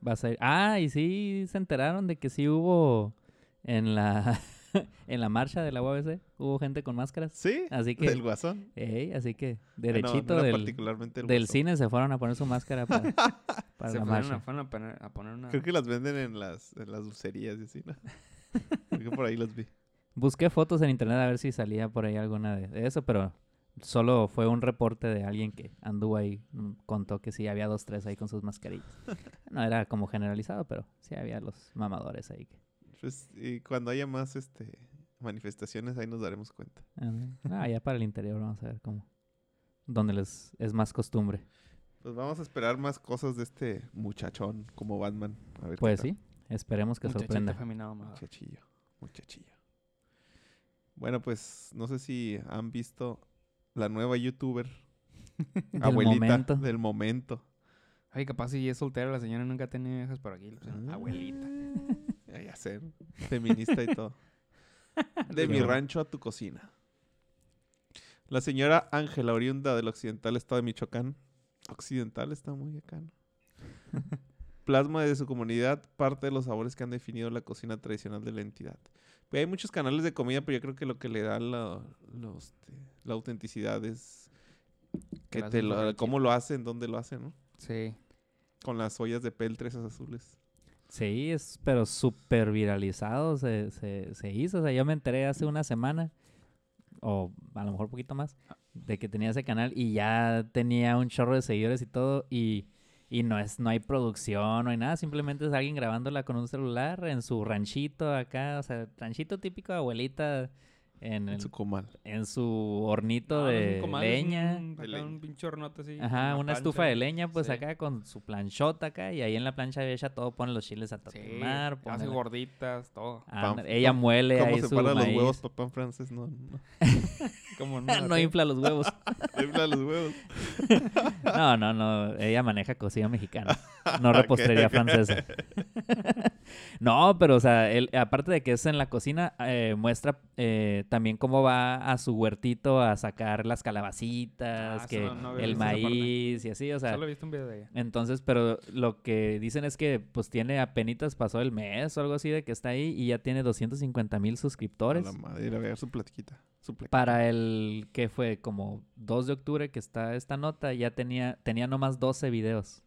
Va a ser... Ah, y sí se enteraron de que sí hubo en la en la marcha de la UABC, hubo gente con máscaras.
¿Sí?
Así que,
¿Del guasón?
ey, así que
Ah, no,
derechito
no era
del,
particularmente el
del
guasón.
cine se fueron a poner su máscara para, para
se
la
pusieron
marcha.
a, fueron a poner, a poner una...
Creo que las venden en las, en las dulcerías y así, ¿no? Creo que por ahí las vi.
Busqué fotos en internet a ver si salía por ahí alguna de, de eso, pero solo fue un reporte de alguien que anduvo ahí, mm, contó que sí había dos, tres ahí con sus mascarillas. No era como generalizado, pero sí había los mamadores ahí. que-
Pues, y cuando haya más este manifestaciones, ahí nos daremos cuenta.
Ándale. Ah, ya para el interior vamos a ver cómo. Donde les es más costumbre.
Pues vamos a esperar más cosas de este muchachón como Batman. A ver qué
Pues
tal.
sí, esperemos que
muchachito
sorprenda.
afeminado, me va.
Muchachillo, muchachillo. Bueno, pues no sé si han visto la nueva youtuber,
Del
abuelita
momento.
del momento.
Ay, capaz si es soltera la señora nunca ha tenido hijas por aquí. le pusieron Abuelita.
Ah, ya sé, ¿no? feminista y todo. De mi
Claro.
rancho a tu cocina. La señora Ángela, oriunda del occidental estado de Michoacán. Occidental está muy acá, ¿no? plasma de su comunidad parte de los sabores que han definido la cocina tradicional de la entidad. Pues hay muchos canales de comida, pero yo creo que lo que le da la, lo, este, la autenticidad es que
lo
te
hacen
lo-
correcto.
cómo lo hacen, dónde lo hacen, ¿no?
Sí.
Con las ollas de peltres esas azules.
Sí, es, pero súper viralizado se, se, se hizo. O sea, yo me enteré hace una semana, o a lo mejor un poquito más,
Ah.
de que tenía ese canal y ya tenía un chorro de seguidores y todo. Y, y no es no hay producción, no hay nada. Simplemente es alguien grabándola con un celular en su ranchito acá. O sea, ranchito típico de abuelita en,
En
el-
su comal.
en su hornito
Ah, No, no es
de
un comal, es
leña.
un-
De
acá
leña.
un pinche hornote así. con
Ajá, una estufa
plancha.
de leña, pues
sí.
acá con su planchota acá, y ahí en la plancha de ella todo pone los chiles a
Sí,
tatemar. pone
hace
la-
gorditas, todo.
Ah,
Pan-
ella muele
¿Cómo
ahí
se
su
para los
maíz.
huevos, papá en francés? No, no.
Como
no infla los huevos.
Le infla los huevos.
No, no, no. Ella maneja cocina mexicana. No repostería
Ok, ok.
francesa. no, pero o sea, él- aparte de que es en la cocina, eh, muestra eh, también cómo va a su huertito a sacar las calabacitas,
Ah, eso
que
no- no había
el
visto esa parte.
maíz y así, o sea.
Solo he visto un video de ella.
Entonces, pero lo que dicen es que pues tiene apenitas pasó el mes o algo así de que está ahí y ya tiene 250 mil
A
suscriptores.
la madre, a ver su platiquita. Su plaquita.
Para el que fue como 2 de octubre que está esta nota, ya tenía, tenía nomás 12 videos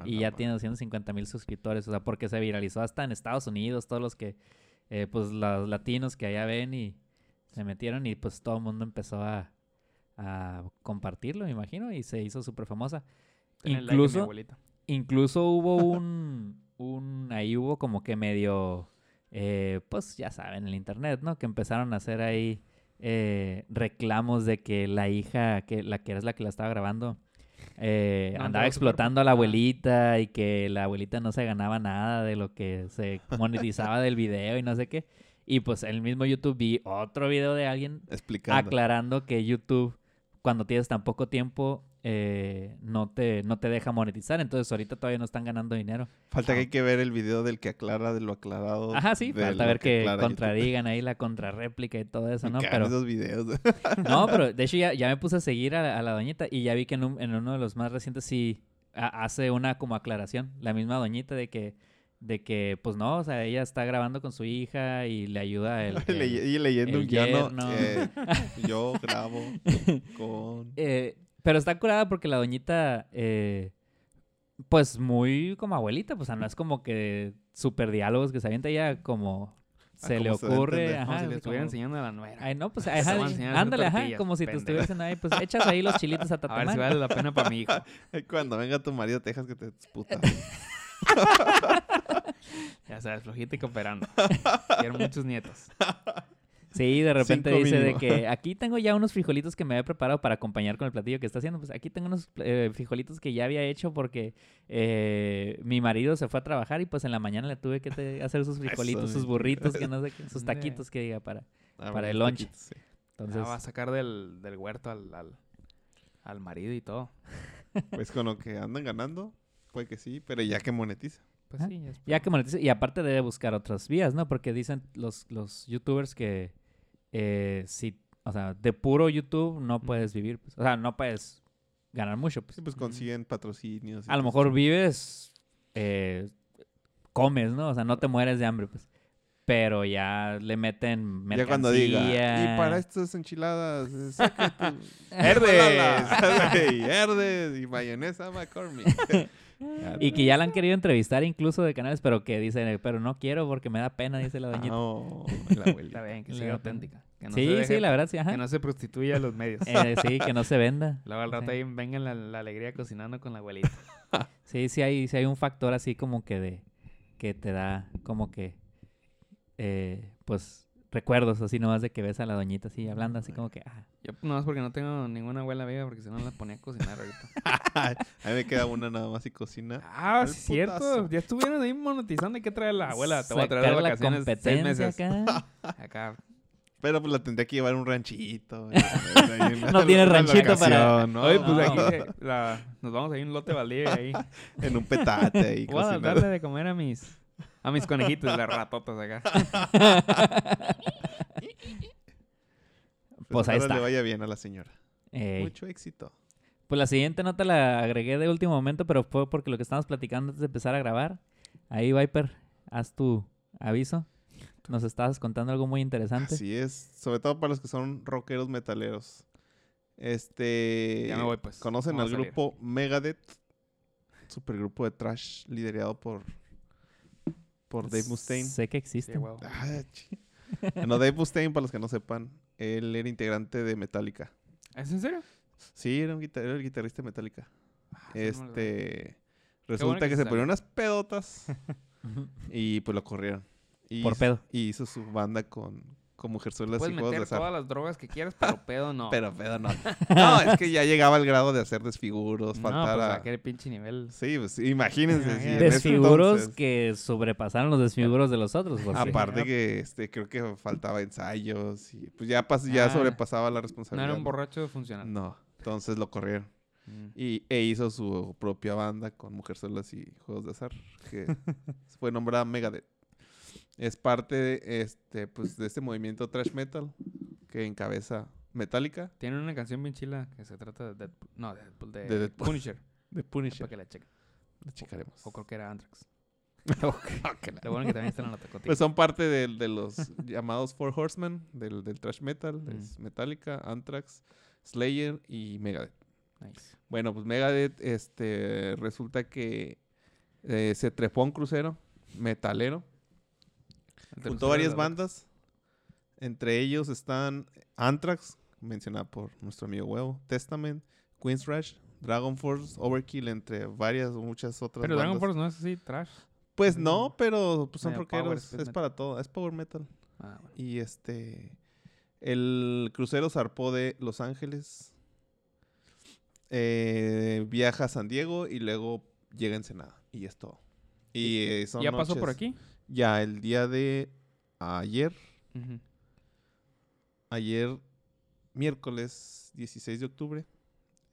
A
y
la
ya
madre.
tiene 250 mil suscriptores. O sea, porque se viralizó hasta en Estados Unidos, todos los que, eh, pues los latinos que allá ven y se metieron y pues todo el mundo empezó a, a compartirlo, me imagino, y se hizo súper famosa.
Tiene el like de mi
Incluso,
abuelita.
Incluso hubo un, un, ahí hubo como que medio, eh, pues ya saben, el internet, ¿no? Que empezaron a hacer ahí eh, reclamos de que la hija, que la que era la que la estaba grabando, eh, andaba
No, andaba súper
explotando a la
ocupada.
abuelita y que la abuelita no se ganaba nada de lo que se monetizaba del video y no sé qué. Y pues el mismo YouTube vi otro video de alguien
Explicando.
aclarando que YouTube, cuando tienes tan poco tiempo, eh, no, te, no te deja monetizar. Entonces, ahorita todavía no están ganando dinero.
Falta que hay que ver el video del que aclara de lo aclarado.
Ajá, sí,
de
falta
lo
ver que,
aclara YouTube.
contradigan ahí la contrarréplica y todo eso, ¿no?
Me cagan
Pero,
esos videos.
no, pero de hecho ya, ya me puse a seguir a, la- a la doñita y ya vi que en, un- en uno de los más recientes sí ha- hace una como aclaración. La misma doñita de que, de que pues no, o sea, ella está grabando con su hija y le ayuda el...
Le-
el-
y leyendo
el
un guiano.
yerno.
eh, yo grabo con.
Eh, pero está curada porque la doñita, eh, pues muy como abuelita, pues o sea, no es como que super diálogos que se avienta ella como se le
como se da a
ocurre. ajá,
entender,
Ah, Como si
así
le estuviera
como-
enseñando a la nuera.
Ay, no, pues
Te
ajá,
van a enseñar a hacer
ándale, ajá,
tortillas,
como si te
pendejo.
estuvieras en ahí, pues echas ahí los chilitos a
a ver
tatamar.
si vale la pena para mi hijo.
Cuando venga tu marido a Texas que te disputa.
Ya sabes, flojita y cooperando. Quiero muchos nietos.
Sí, de repente
Cinco
dice de
mínimo.
que aquí tengo ya unos frijolitos que me había preparado para acompañar con el platillo que está haciendo. Pues aquí tengo unos eh, frijolitos que ya había hecho porque eh, mi marido se fue a trabajar y pues en la mañana le tuve que te- hacer sus frijolitos,
mi
sus burritos, que no sé qué, sus
Hombre.
taquitos que diga para.
Ah,
Para
bueno,
el lunch.
taquitos, sí.
Entonces,
Ah, va a sacar del, del huerto al, al, al marido y todo.
Pues con lo que andan ganando, puede que sí, pero ya que monetiza.
Pues
Ah,
sí, es-
ya que monetiza. Y aparte debe buscar otras vías, ¿no? Porque dicen los, los youtubers que eh, si, o sea, de puro YouTube no puedes vivir. pues. O sea, no puedes ganar mucho, pues.
Sí, pues consiguen patrocinios. y
A lo
todo.
mejor vives, eh, comes, ¿no? O sea, no te mueres de hambre, pues. Pero ya le meten mercancía.
Ya cuando diga. Y para estas enchiladas, eh, saca tu- tómala", y ¡Herdes! Y mayonesa McCormick. este
Y que ya la han querido entrevistar incluso de canales, pero que dicen, eh, pero no quiero porque me da pena, dice la
Ah,
doñita.
no, la abuelita.
Está bien, que
Le
siga
da-
auténtica. Que no
sí,
se deje-
sí, la verdad, sí, ajá.
Que no se prostituya a los medios.
Eh, sí, que no se venda.
Luego al rato
sí.
ahí venga la, la alegría cocinando con la abuelita.
Sí, sí hay, sí hay un factor así como que de, que te da como que, eh, pues, recuerdos así nomás de que ves a la doñita así hablando, así como que, ah,
Yo no es porque no tengo ninguna abuela viva porque si no la ponía a cocinar ahorita.
A mí me queda una nada más y cocina.
ah,
Al
sí, cierto.
putazo.
Ya estuvieron ahí monetizando. ¿Y qué trae la abuela? Te voy a traer de
sacar la
vacaciones seis
competencia
meses.
acá.
Acá.
Pero pues la tendría que llevar a un ranchito.
No tiene ranchito para-
Oye,
Oye,
pues
No.
aquí eh, la- nos vamos a ir un lote baldío y ahí.
En un petate ahí.
Voy a
cocinando.
darle de comer a mis, a mis conejitos, las ratotas acá.
Pues ahí está.
Espero
pues,
le vaya bien a la señora.
Ey,
Mucho éxito.
Pues la siguiente nota la agregué de último momento, pero fue porque lo que estábamos platicando antes de empezar a grabar. Ahí, Viper, haz tu aviso. Nos estabas contando algo muy interesante.
Así es, sobre todo para los que son rockeros metaleros. Este.
Ya me voy, pues.
¿Conocen
Vamos
al
a salir.
grupo Megadeth? Supergrupo de trash liderado por. por Dave Mustaine.
Sé que existe.
Sí, huevo.
Ah, chi- no, Dave Mustaine, para los que no sepan, él era integrante de Metallica.
¿Es en serio?
Sí, era, un guitar- era el guitarrista de Metallica.
eso Ah, no lo sabía.
este.
bueno
Resulta
que
que
se
se ponía
salió.
unas pedotas
Ujú.
y pues lo corrieron. Y
Por
hizo-
pedo.
Y hizo su banda con, con mujerzuelas y
Puedes
juegos de
meter
azar.
todas las drogas que quieras, pero pedo no.
Pero pedo no. No, es que ya llegaba al grado de hacer desfiguros,
no,
faltar
pues
a-
aquel pinche nivel.
Sí, pues imagínense. si en ese
Desfiguros
entonces- pues,
que sobrepasaron los desfiguros de los otros. José.
Aparte que este, creo que faltaba ensayos y pues ya, pas- ya
Ah.
sobrepasaba la
No
responsabilidad.
era un borracho funcional.
No, entonces lo corrieron.
Mm.
Y, e hizo su propia banda con mujerzuelas y juegos de azar, que fue nombrada Megadeth. Es parte de este, pues, de este movimiento thrash metal que encabeza Metallica
Tienen una canción bien chila que se trata de Deadpool. No, de Deadpool, de,
De Deadpool.
Punisher.
de
Para
Punisher.
que la chequen.
Lo checaremos.
O creo que era Anthrax. Lo bueno que también están en la tacotilla.
Pues son parte del- de, los llamados Four Horsemen del, del thrash metal.
Mm.
Es Metallica, Anthrax, Slayer y Megadeth.
Nice.
Bueno, pues Megadeth este, resulta que eh, se trepó a un crucero metalero.
Entre
Juntó
los
varias
héroes de la
bandas. Entre ellos están Anthrax, mencionada por nuestro amigo Huevo, Testament, Queen's Rush, Dragon Force, Overkill, entre varias, muchas otras
Pero Dragon
bandas.
Force no es así, trash.
Pues
es
no, pero pues, son
medio power,
rockeros.
es
Es
metal.
para todo. Es power metal.
Ah, bueno.
Y este. El crucero zarpó de Los Ángeles. eh, viaja a San Diego y luego llega a Ensenada. Y es todo. Y, eh, son
¿Ya pasó por
noches-
aquí?
Ya, el día de ayer.
Ujú.
Ayer, miércoles 16 de octubre.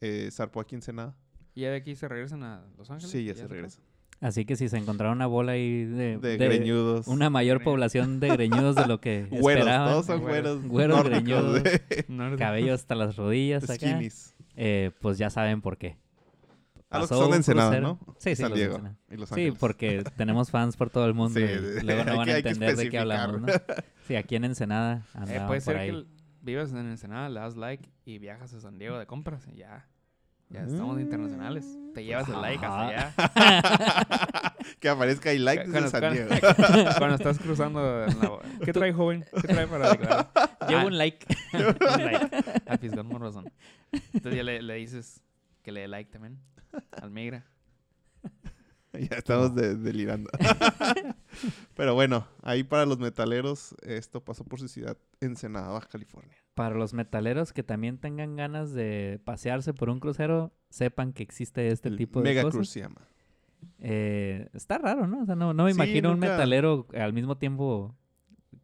eh, zarpó aquí en Ensenada.
¿Y ya de aquí se regresan a Los Ángeles?
Sí, ya se regresa.
Así que si se encontraron una bola ahí de, de
De, greñudos.
una mayor población de greñudos de lo que
Güeros,
esperaban.
todos son
Güeros.
güeros.
Güeros
nórdicos,
greñudos.
eh,
No, no,
Cabello hasta las rodillas acá.
skinnies.
eh, pues ya saben por qué.
A los
Pasó
que son de
un
Ensenada,
crucero-
¿no?
Sí, sí,
San
los de
Diego.
Ensenada.
y Los
Sí,
Ángeles.
porque tenemos fans por todo el mundo
Sí,
y luego no
hay
van
que-
a
hay que
entender de qué hablamos, ¿no?
especificar.
Sí, aquí en Ensenada
Eh,
andamos por
puede ser
ahí.
que l- vivas en Ensenada, le das like y viajas a San Diego de compras y ya. Ya estamos
Mm.
internacionales. Te llevas el like hasta
Ajá.
allá.
Que aparezca y like desde
Cuando-
San
cuando-
Diego.
Cuando estás cruzando en la... ¿Qué trae, joven? ¿Qué trae para declarar?
Llevo
Ah,
un like.
un like. Al Fisgón Morrozón. Entonces ya le, le dices que le dé like también. Al Migra.
ya estamos de- delirando. Pero bueno, ahí para los metaleros, esto pasó por su ciudad, Ensenada, Baja California.
Para los metaleros que también tengan ganas de pasearse por un crucero, sepan que existe este
El
tipo de
Mega
cosas.
Cruise se llama.
Eh, está raro, ¿no? O sea, no, no me
Sí,
imagino un
nunca-
metalero al mismo tiempo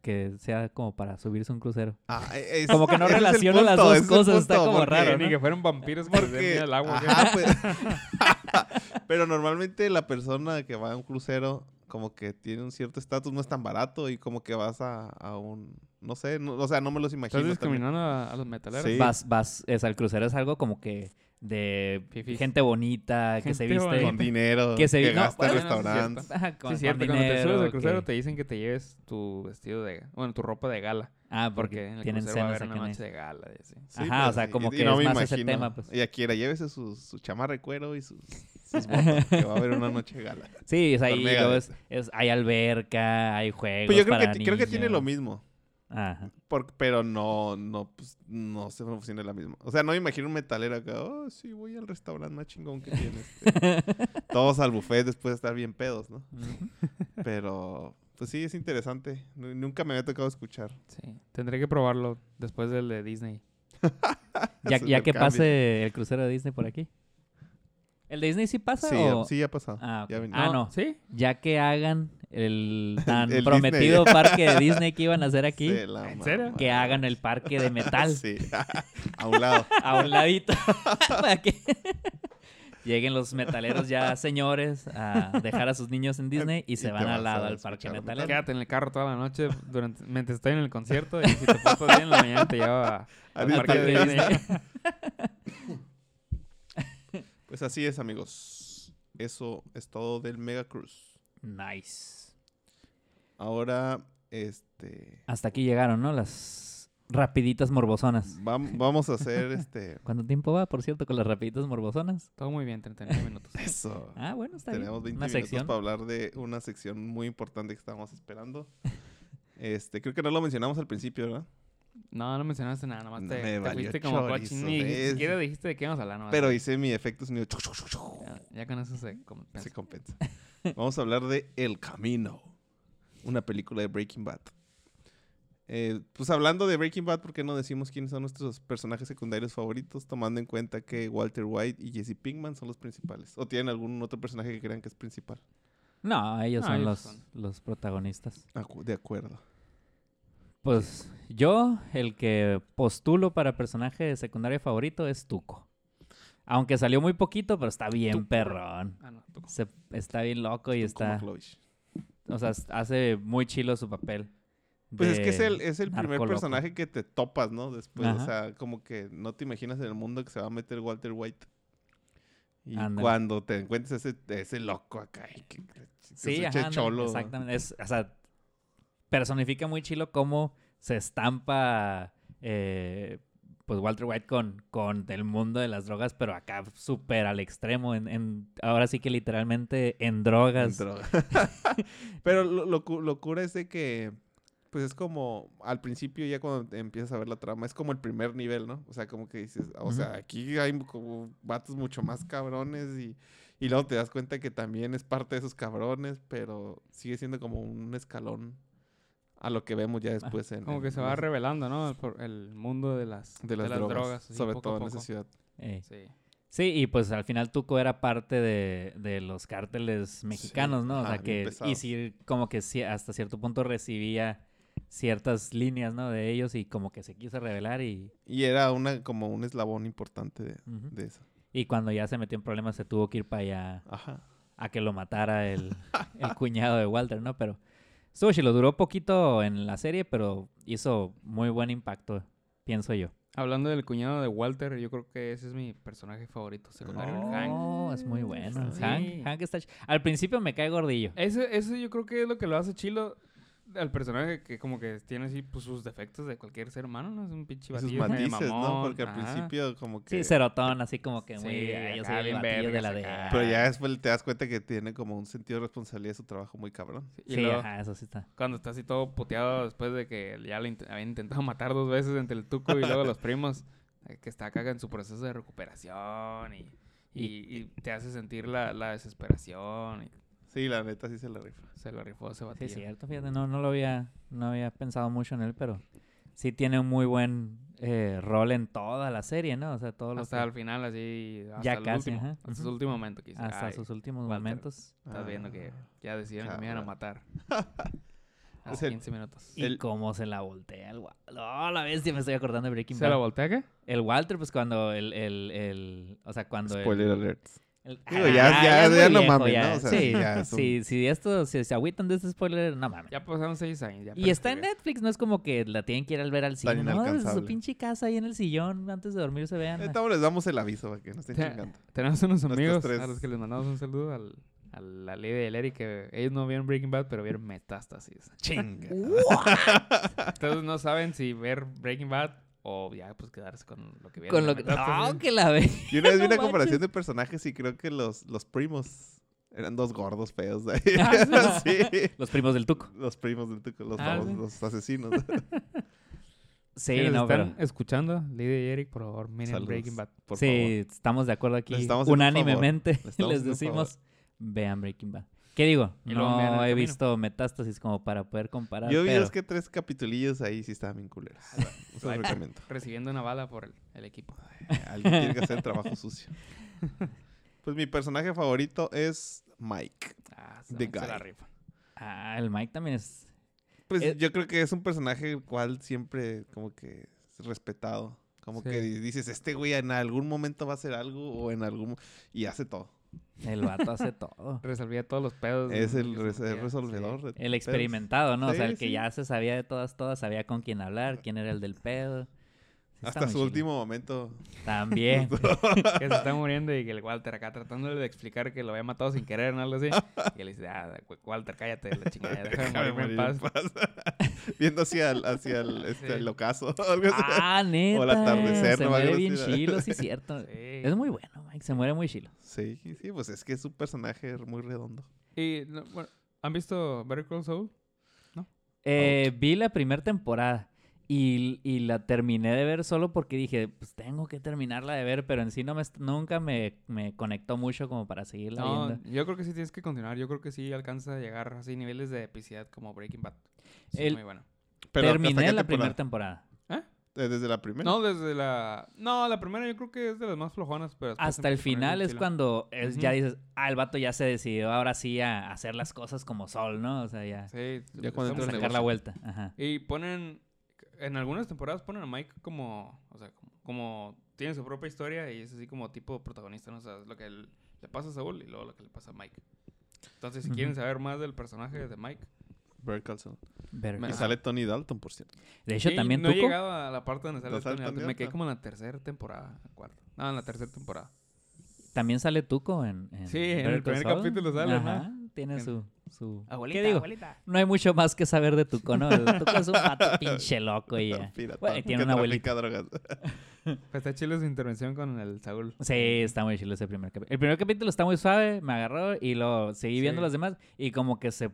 que sea como para subirse a un crucero.
Ah, e- es-
Como que no
ese es el
relaciono las
punto,
dos
ese es el
cosas, está
punto,
como
porque-
raro, ¿no?
Ni que fueran vampiros que les den
Porque,
miedo al agua.
ajá, pues- pero normalmente la persona que va a un crucero como que tiene un cierto estatus, no es tan barato y como que vas a, a un, no sé, no- o sea, no me los imagino.
¿Estás
también.
discriminando a, a los metaleros?
Sí.
Vas, vas, es, el crucero es algo como que de
Fifís.
gente bonita, que se
Gente
viste.
bonita.
con dinero, que,
que se vi- no,
gasta
bueno,
en
eso es
restaurantes.
Ajá, con-
Sí,
Ah, con
es cierto. Cuando te subes
dinero,
al crucero
que-
te dicen que te lleves tu vestido de... Bueno, tu ropa de gala.
Ah, porque,
Porque en el
tienen
crucero va a
cenas
haber una
acá en el-
noche de gala. y así.
Sí,
Ajá,
pues,
o sea,
y-
como
y
que
no
es
me
más ese
imagino.
tema, pues.
Y aquí era, llévese su, su chamarra de cuero y sus, sus botas, que va a haber una noche de gala.
este. Sí, o sea,
Con
ahí
Megadeth.
luego es, es- hay alberca, hay juegos.
Pues yo creo que,
para
ti- creo que tiene lo
niños.
mismo,
Ajá.
por- pero no, no, pues, no se funciona la misma. O sea, no me imagino un metalero acá, oh, sí, voy al restaurante más chingón que tiene. este". Todos al buffet después de estar bien pedos, ¿no? Pero, pues sí, es interesante. Nu- Nunca me había tocado escuchar.
Sí. Tendré que probarlo después del de Disney.
Ya,
Ese es
ya
el
que
cambio.
pase el crucero de Disney por aquí. ¿El de Disney sí pasa
Sí,
o...?
sí, ya ha pasado.
Ah, ok.
Ya venía.
Ah, no.
¿Sí?
Ya que hagan el tan
el Disney.
prometido parque de Disney que iban a hacer aquí,
Se la
¿En serio?
mamá.
que hagan el parque de metal
Sí, a un lado.
a un ladito. para que lleguen los metaleros ya señores a dejar a sus niños en Disney y
Y
se
te
van
vas
al lado
a
al parque
escuchar
metalero.
metal.
Quédate en el carro toda la noche durante, mientras estoy en el concierto y si te portas bien en la mañana te lleva a-
A
al
Disney.
parque de Disney.
Pues así es, amigos. Eso es todo del Mega Cruz.
Nice.
Ahora, este.
Hasta aquí llegaron, ¿no? Las rapiditas morbosonas.
vam- vamos a hacer este.
¿Cuánto tiempo va, por cierto, con las rapiditas morbosonas?
Todo muy bien, 39 minutos.
Eso.
Ah, bueno, está
Tenemos
bien.
20
Una
minutos
sección.
para hablar de una sección muy importante que estábamos esperando. Este, creo que no lo mencionamos al principio, ¿verdad?
No, no mencionaste nada, nomás
Me
te, te
valió
fuiste como
chorizo,
coachín y ni
¿ves?
siquiera dijiste de qué íbamos
Ah,
a hablar. nomás.
Pero hice mi efecto sonido. chuc, chuc, chuc, chuc.
Ya, ya con eso se compensa.
Se compensa. Vamos a hablar de El Camino, una película de Breaking Bad. Eh, pues hablando de Breaking Bad, ¿por qué no decimos quiénes son nuestros personajes secundarios favoritos? Tomando en cuenta que Walter White y Jesse Pinkman son los principales. ¿O tienen algún otro personaje que crean que es principal?
No, ellos
No,
son
ellos
los,
son.
los protagonistas.
Acu- de acuerdo.
Pues yo, el que postulo para personaje de secundario favorito es Tuco. Aunque salió muy poquito, pero está bien
Tuco.
perrón.
Ah, no, tú.
Se- está bien loco y
Tú
está...
como Clovis.
O sea, s- hace muy chilo su papel.
Pues es
de
que es el, es el
narco
primer
loco.
personaje que te topas, ¿no? Después,
Ajá.
o sea, como que no te imaginas en el mundo que se va a meter Walter White. Y
Ándale.
cuando te encuentres ese, ese loco acá, y que, que se
Sí,
echa
ajá, ándale,
cholo.
exactamente. Es, o sea, personifica muy chilo cómo se estampa eh, pues Walter White con, con el mundo de las drogas, pero acá súper al extremo. En, en- ahora sí que literalmente en
en
drogas.
droga. Pero lo, lo, cu- lo cura es de que, pues es como, al principio ya cuando te empiezas a ver la trama, es como el primer nivel, ¿no? O sea, como que dices, o sea,
Ujú.
aquí hay como vatos mucho más cabrones y, y luego te das cuenta que también es parte de esos cabrones, pero sigue siendo como un escalón a lo que vemos ya después en...
Ah, Como
en
que se va
las-
revelando, ¿no? El, por- el mundo de las,
de las, drogas,
así,
sobre
poco
todo
a
en esa
poco.
ciudad.
Ey.
Sí.
Sí, y pues al final Tuco era parte de, de los cárteles mexicanos, ¿no? O
ajá,
sea,
bien
que y
pesados.
sí, como que sí, hasta cierto punto recibía ciertas líneas, ¿no? De ellos y como que se quiso revelar y,
Y era una, como un eslabón importante de,
Ujú.
de eso.
y cuando ya se metió en problemas se tuvo que ir para allá
Ajá.
a que lo matara el, el cuñado de Walter, ¿no? Pero Sushi lo duró poquito en la serie, pero hizo muy buen impacto, pienso yo.
Hablando del cuñado de Walter, yo creo que ese es mi personaje favorito secundario, el Hank.
Oh, es muy bueno.
Sí.
Hank, Hank está... ch- Al principio me cae gordillo.
Eso, eso yo creo que es lo que lo hace chilo al personaje que como que tiene así pues, sus defectos de cualquier ser humano, ¿no? Es un pinche
Y Sus
batillo medio
matices, ¿no?
mamón,
Porque al
ajá.
principio como que...
Sí, cerotón, así como que
Sí,
muy... "Ay, yo
acá
soy el
bien
batillo de
vergas
la
acá".
de...
Pero ya después te das cuenta que tiene como un sentido de responsabilidad de su trabajo muy cabrón.
Sí, y
Sí,
luego,
ajá, eso sí está.
cuando está así todo puteado después de que ya lo int- habían intentado matar dos veces entre el tuco y luego los primos, eh, que está acá en su proceso de recuperación y, y- y te hace sentir la, la desesperación. Y
Sí, la neta sí se la rifa.
se lo rifó ese
Sí,
batillo.
es cierto, fíjate, no, no lo había, no había pensado mucho en él, pero sí tiene un muy buen eh, rol en toda la serie, ¿no? O sea, todo lo
hasta
que-
al final, así, hasta el
casi,
último,
ajá.
hasta su
Ujú.
último momento, quizás.
hasta sus últimos
Walter.
momentos.
Estás viendo que
Ah.
ya decidieron que me iban a
cabrón.
matar.
Es
Hace
el-
15 minutos.
Y
El-
cómo se la voltea el Walter. No, la bestia, me estoy acordando de Breaking
¿Se la
Bad.
voltea qué?
El Walter, pues cuando el, el, el- o sea, cuando el-
Spoiler alert.
el-
Digo, ya- ya-
es muy
ya no
viejo,
mames,
ya.
¿no? O sea,
sí,
ya es un-
sí, si esto, si se agüitan de este spoiler, no mames.
Ya pasaron 6 años. ya
Y está en
prescribió.
Netflix, no es como que la tienen que ir al ver al
Tan
cine. No, desde su
inalcanzable.
pinche casa ahí en el sillón antes de dormir se vean.
Entonces les damos el aviso para que no estén
Te-
chingando.
Tenemos unos
Nuestros
amigos
tres.
a los que les mandamos un saludo al, a la ley del Eric que ellos no vieron Breaking Bad, pero vieron Metástasis.
Chinga.
Entonces no saben si ver Breaking Bad o ya pues quedarse con lo que
Con
vieron. en
lo que...
Ah,
Metástasis.
No, que la ve.
Yo una vez
No
vi una comparación
manches.
de personajes y creo que los, los primos eran dos gordos feos. ahí.
Ah,
sí.
Los primos del Tuco.
Los primos del tuco, los,
Ah,
babos-
sí.
los asesinos.
Sí,
Si nos
no, pero...
están escuchando, Lidia y Eric, por favor, miren
Saludos.
Breaking Bad.
Por
sí,
favor.
estamos de acuerdo aquí.
Les estamos haciendo un
Unánimemente
favor. Les
les,
estamos haciendo un
decimos, vean Breaking Bad. ¿Qué digo?
Y luego
no
vean El
he
Camino.
visto metástasis como para poder comparar.
Yo vi
pero-
es que tres capitulillos ahí sí estaban bien culeros. Se los recomiendo.
Recibiendo una bala por el, el equipo.
Alguien tiene que hacer el trabajo sucio. Pues mi personaje favorito es Mike.
Ah, se
The
se la
guy.
rifa.
Ah, el Mike también es...
Pues
Eh,
yo creo que es un personaje el cual siempre como que es respetado. Como que
Sí.
di- dices, este güey en algún momento va a hacer algo o en algún... mo- Y hace todo.
El vato hace todo.
Resolvía todos los pedos.
Pues, Es
de-
el,
que
res-
se
el
metía, sí.
resolvedor. de
El
pedos.
experimentado, ¿no? o
Sí,
sea, el que
sí.
ya se sabía de todas, todas, sabía con quién hablar, quién era el del pedo. Está
Hasta
muy
su
chido.
último momento.
También.
que se está muriendo y que el Walter acá tratándole de explicar que lo había matado sin querer o algo así. Y él dice, ah, güey, Walter, cállate, la chingada, déjame
Déjame
morirme en
morir en
paz.
paz. Viendo hacia el, hacia el, este,
Sí.
el ocaso. algo así.
ah, neta.
O el atardecer,
Se
¿no?
muere
Algo
bien
así, ¿no?
chilo, sí, cierto.
Sí.
Es muy bueno, Mike. Se muere muy chilo.
Sí, sí, pues es que es un personaje muy redondo.
Y, no, bueno, ¿han visto Better Call Saul?
Eh, vi la primera temporada y, y la terminé de ver solo porque dije, pues tengo que terminarla de ver, pero en sí no me, est- nunca me, me conectó mucho como para seguirla
No,
viendo.
yo creo que sí tienes que continuar. Yo creo que sí alcanza a llegar así niveles de epicidad como Breaking Bad. Sí,
El-
muy bueno.
Pero ¿hasta
terminé
qué
la primera
temporada?
temporada.
Eh, Desde la primera.
No, desde la... No, la primera yo creo que es de las más flojonas, pero... después
Hasta el
empieza a poner
final
bien
es
chila.
cuando es- ya
Ujú.
dices, ah, el vato ya se decidió ahora sí a hacer las cosas como Sol, ¿no? O sea, ya,
Sí,
Ya
vamos a
cuando
estamos
entra el
sacar la
negocio.
vuelta. Ajá.
Y ponen, en algunas temporadas ponen a Mike como, o sea, como, como tiene su propia historia y es así como tipo protagonista, ¿no? O sea, es lo que él- le pasa a Saúl y luego lo que le pasa a Mike. Entonces, si quieren
Ujú.
saber más del personaje de Mike,
Better Call Saul.
Better
Me-
Call
Y
Ajá.
sale Tony Dalton, por cierto.
De hecho,
Sí,
también
no he
Tuco.
llegado a la parte donde sale
Lo
Tony
saltan
Dalton.
de
Me quedé
otra.
como en la tercera temporada, cuarta. No, en la tercera temporada.
También sale Tuco en.
Sí, en
Better
el primer
Call Saul.
capítulo sale, ajá.
Tiene
En-
su. su...
Abuelita,
¿Qué digo?
abuelita.
No hay mucho más que saber de Tuco, ¿no? El Tuco es un pato pinche loco y ya.
Pirata,
Güey, tiene
que
una abuelita.
trafica drogas.
Pues está chile su intervención con el Saúl.
Sí, está muy chido ese primer capítulo. El primer capítulo está muy suave, me agarró y lo seguí viendo
Sí.
los demás y como que se,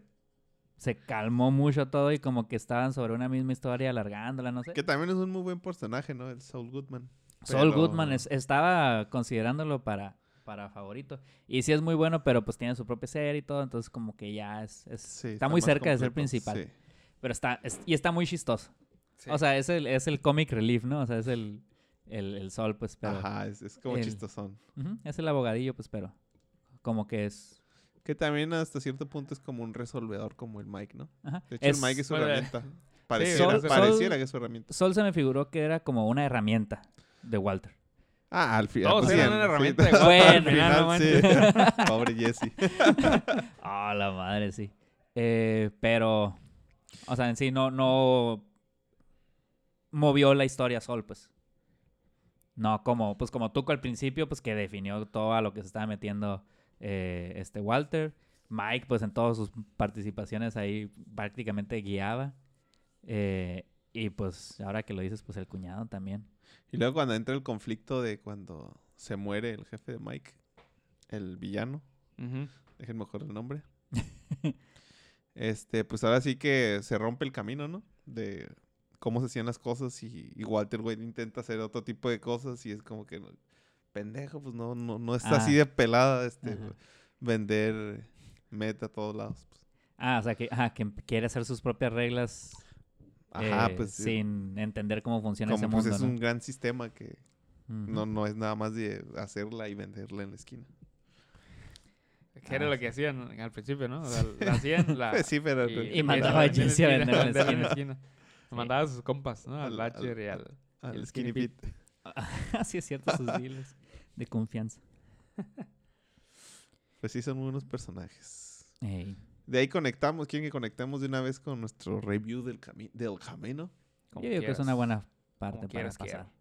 se calmó mucho todo y como que estaban sobre una misma historia alargándola, no sé.
Que también es un muy buen personaje, ¿no? El Saul Goodman.
Saul
Pero-
Goodman es- estaba considerándolo para, para favorito. Y sí es muy bueno, pero pues tiene su propia serie y todo, entonces como que ya es... es-
Sí,
está, muy
más
cerca de ser
completo.
principal.
Sí.
Pero está... es- y está muy chistoso.
Sí.
O sea, es el, es el comic relief, ¿no? O sea, es el, el, el Sol, pues, pero...
Ajá, es, es como
el-
chistosón.
Ujú, es el abogadillo, pues, pero... Como que es...
Que también hasta cierto punto es como un resolvedor como el Mike, ¿no?
Ajá.
De hecho, el Mike es su
bueno,
herramienta. Pareciera,
Saul- Saul-
pareciera que es su herramienta.
Sol se me figuró que era como una herramienta de Walter.
Ah, al final.
Todos eran una herramienta de
Bueno,
al
ya, no
final, sí. Pobre Jesse.
Ah, la madre, sí. Eh, pero... O sea, en sí no, no... Movió la historia Sol, pues. No, como... Pues como Tuco al principio, pues que definió todo a lo que se estaba metiendo eh, este Walter. Mike, pues en todas sus participaciones ahí prácticamente guiaba. Eh, y pues ahora que lo dices, pues el cuñado también.
Y luego cuando entra el conflicto de cuando se muere el jefe de Mike, el villano,
Ujú.
dejen mejor el nombre. este, pues ahora sí que se rompe el camino, ¿no? De cómo se hacían las cosas y, y Walter Wade intenta hacer otro tipo de cosas y es como que no- pendejo, pues no, no, no está
Ah.
así de pelada este
Ajá.
vender meta a todos lados. pues.
Ah, o sea, que, ah, que quiere hacer sus propias reglas
Ajá,
eh,
pues eh,
sin entender cómo funciona ese
como pues
mundo,
es
¿no?
un gran sistema que
Ujú.
no, no es nada más de hacerla y venderla en la esquina.
Que era
Ah,
lo que hacían al principio, ¿no? O sea, la hacían, la...
Pues sí, pero
Y mandaba a Jesse a vender en la esquina. Sí.
Mandaba a sus compas, ¿no? Al
Al-
Latcher
al-
y al...
al
el
Ah, skinny
Skinny
Pete.
Así es cierto, sus deals de confianza.
Pues sí, son muy buenos personajes.
Ey.
De ahí conectamos. ¿Quieren que conectemos de una vez con nuestro review del, cami- del camino?
Yo
como
digo que es una
quieras.
buena parte para
quieras,
pasar.
quiera.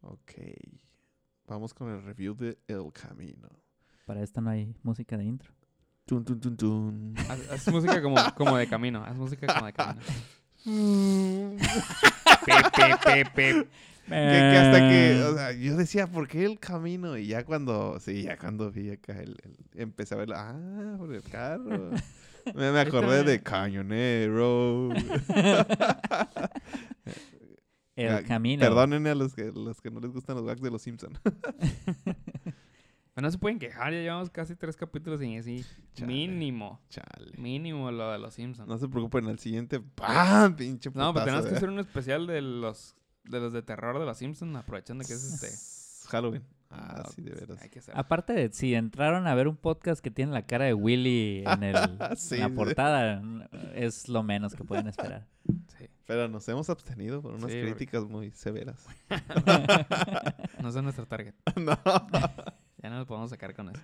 Ok. Vamos con el review de El Camino.
Para esta no hay música de intro.
Tun, tun, tun, tun.
Haz, haz música como, como de camino. Haz música como de camino.
que, que hasta
Eh.
que, o sea, yo decía, ¿por qué El Camino? Y ya cuando, sí, ya cuando vi acá, el, el- empecé a verlo. Ah, por el carro. Me, me acordé de Cañonero. Ah,
El camino.
Perdónenme a los que, los que no les gustan los gags de los Simpsons.
Pero no se pueden quejar. Ya llevamos casi tres capítulos sin así.
Chale.
Mínimo.
Chale.
Mínimo lo de los Simpsons.
No se preocupen, al siguiente, ¡pam! Pinche
No,
putazo,
pero tenemos que
¿verdad?
hacer un especial de los de los de terror de los Simpsons, aprovechando que es este.
Halloween. Ah, sí, de
pues,
veras.
Hay que hacer.
Aparte de si entraron a ver un podcast que tiene la cara de Willy en, el-
Sí,
en la
sí.
portada, es lo menos que pueden esperar.
Sí.
Pero nos hemos abstenido por unas
Sí, porque-
críticas muy severas.
No son nuestro target.
no.
Ya no lo podemos sacar con eso.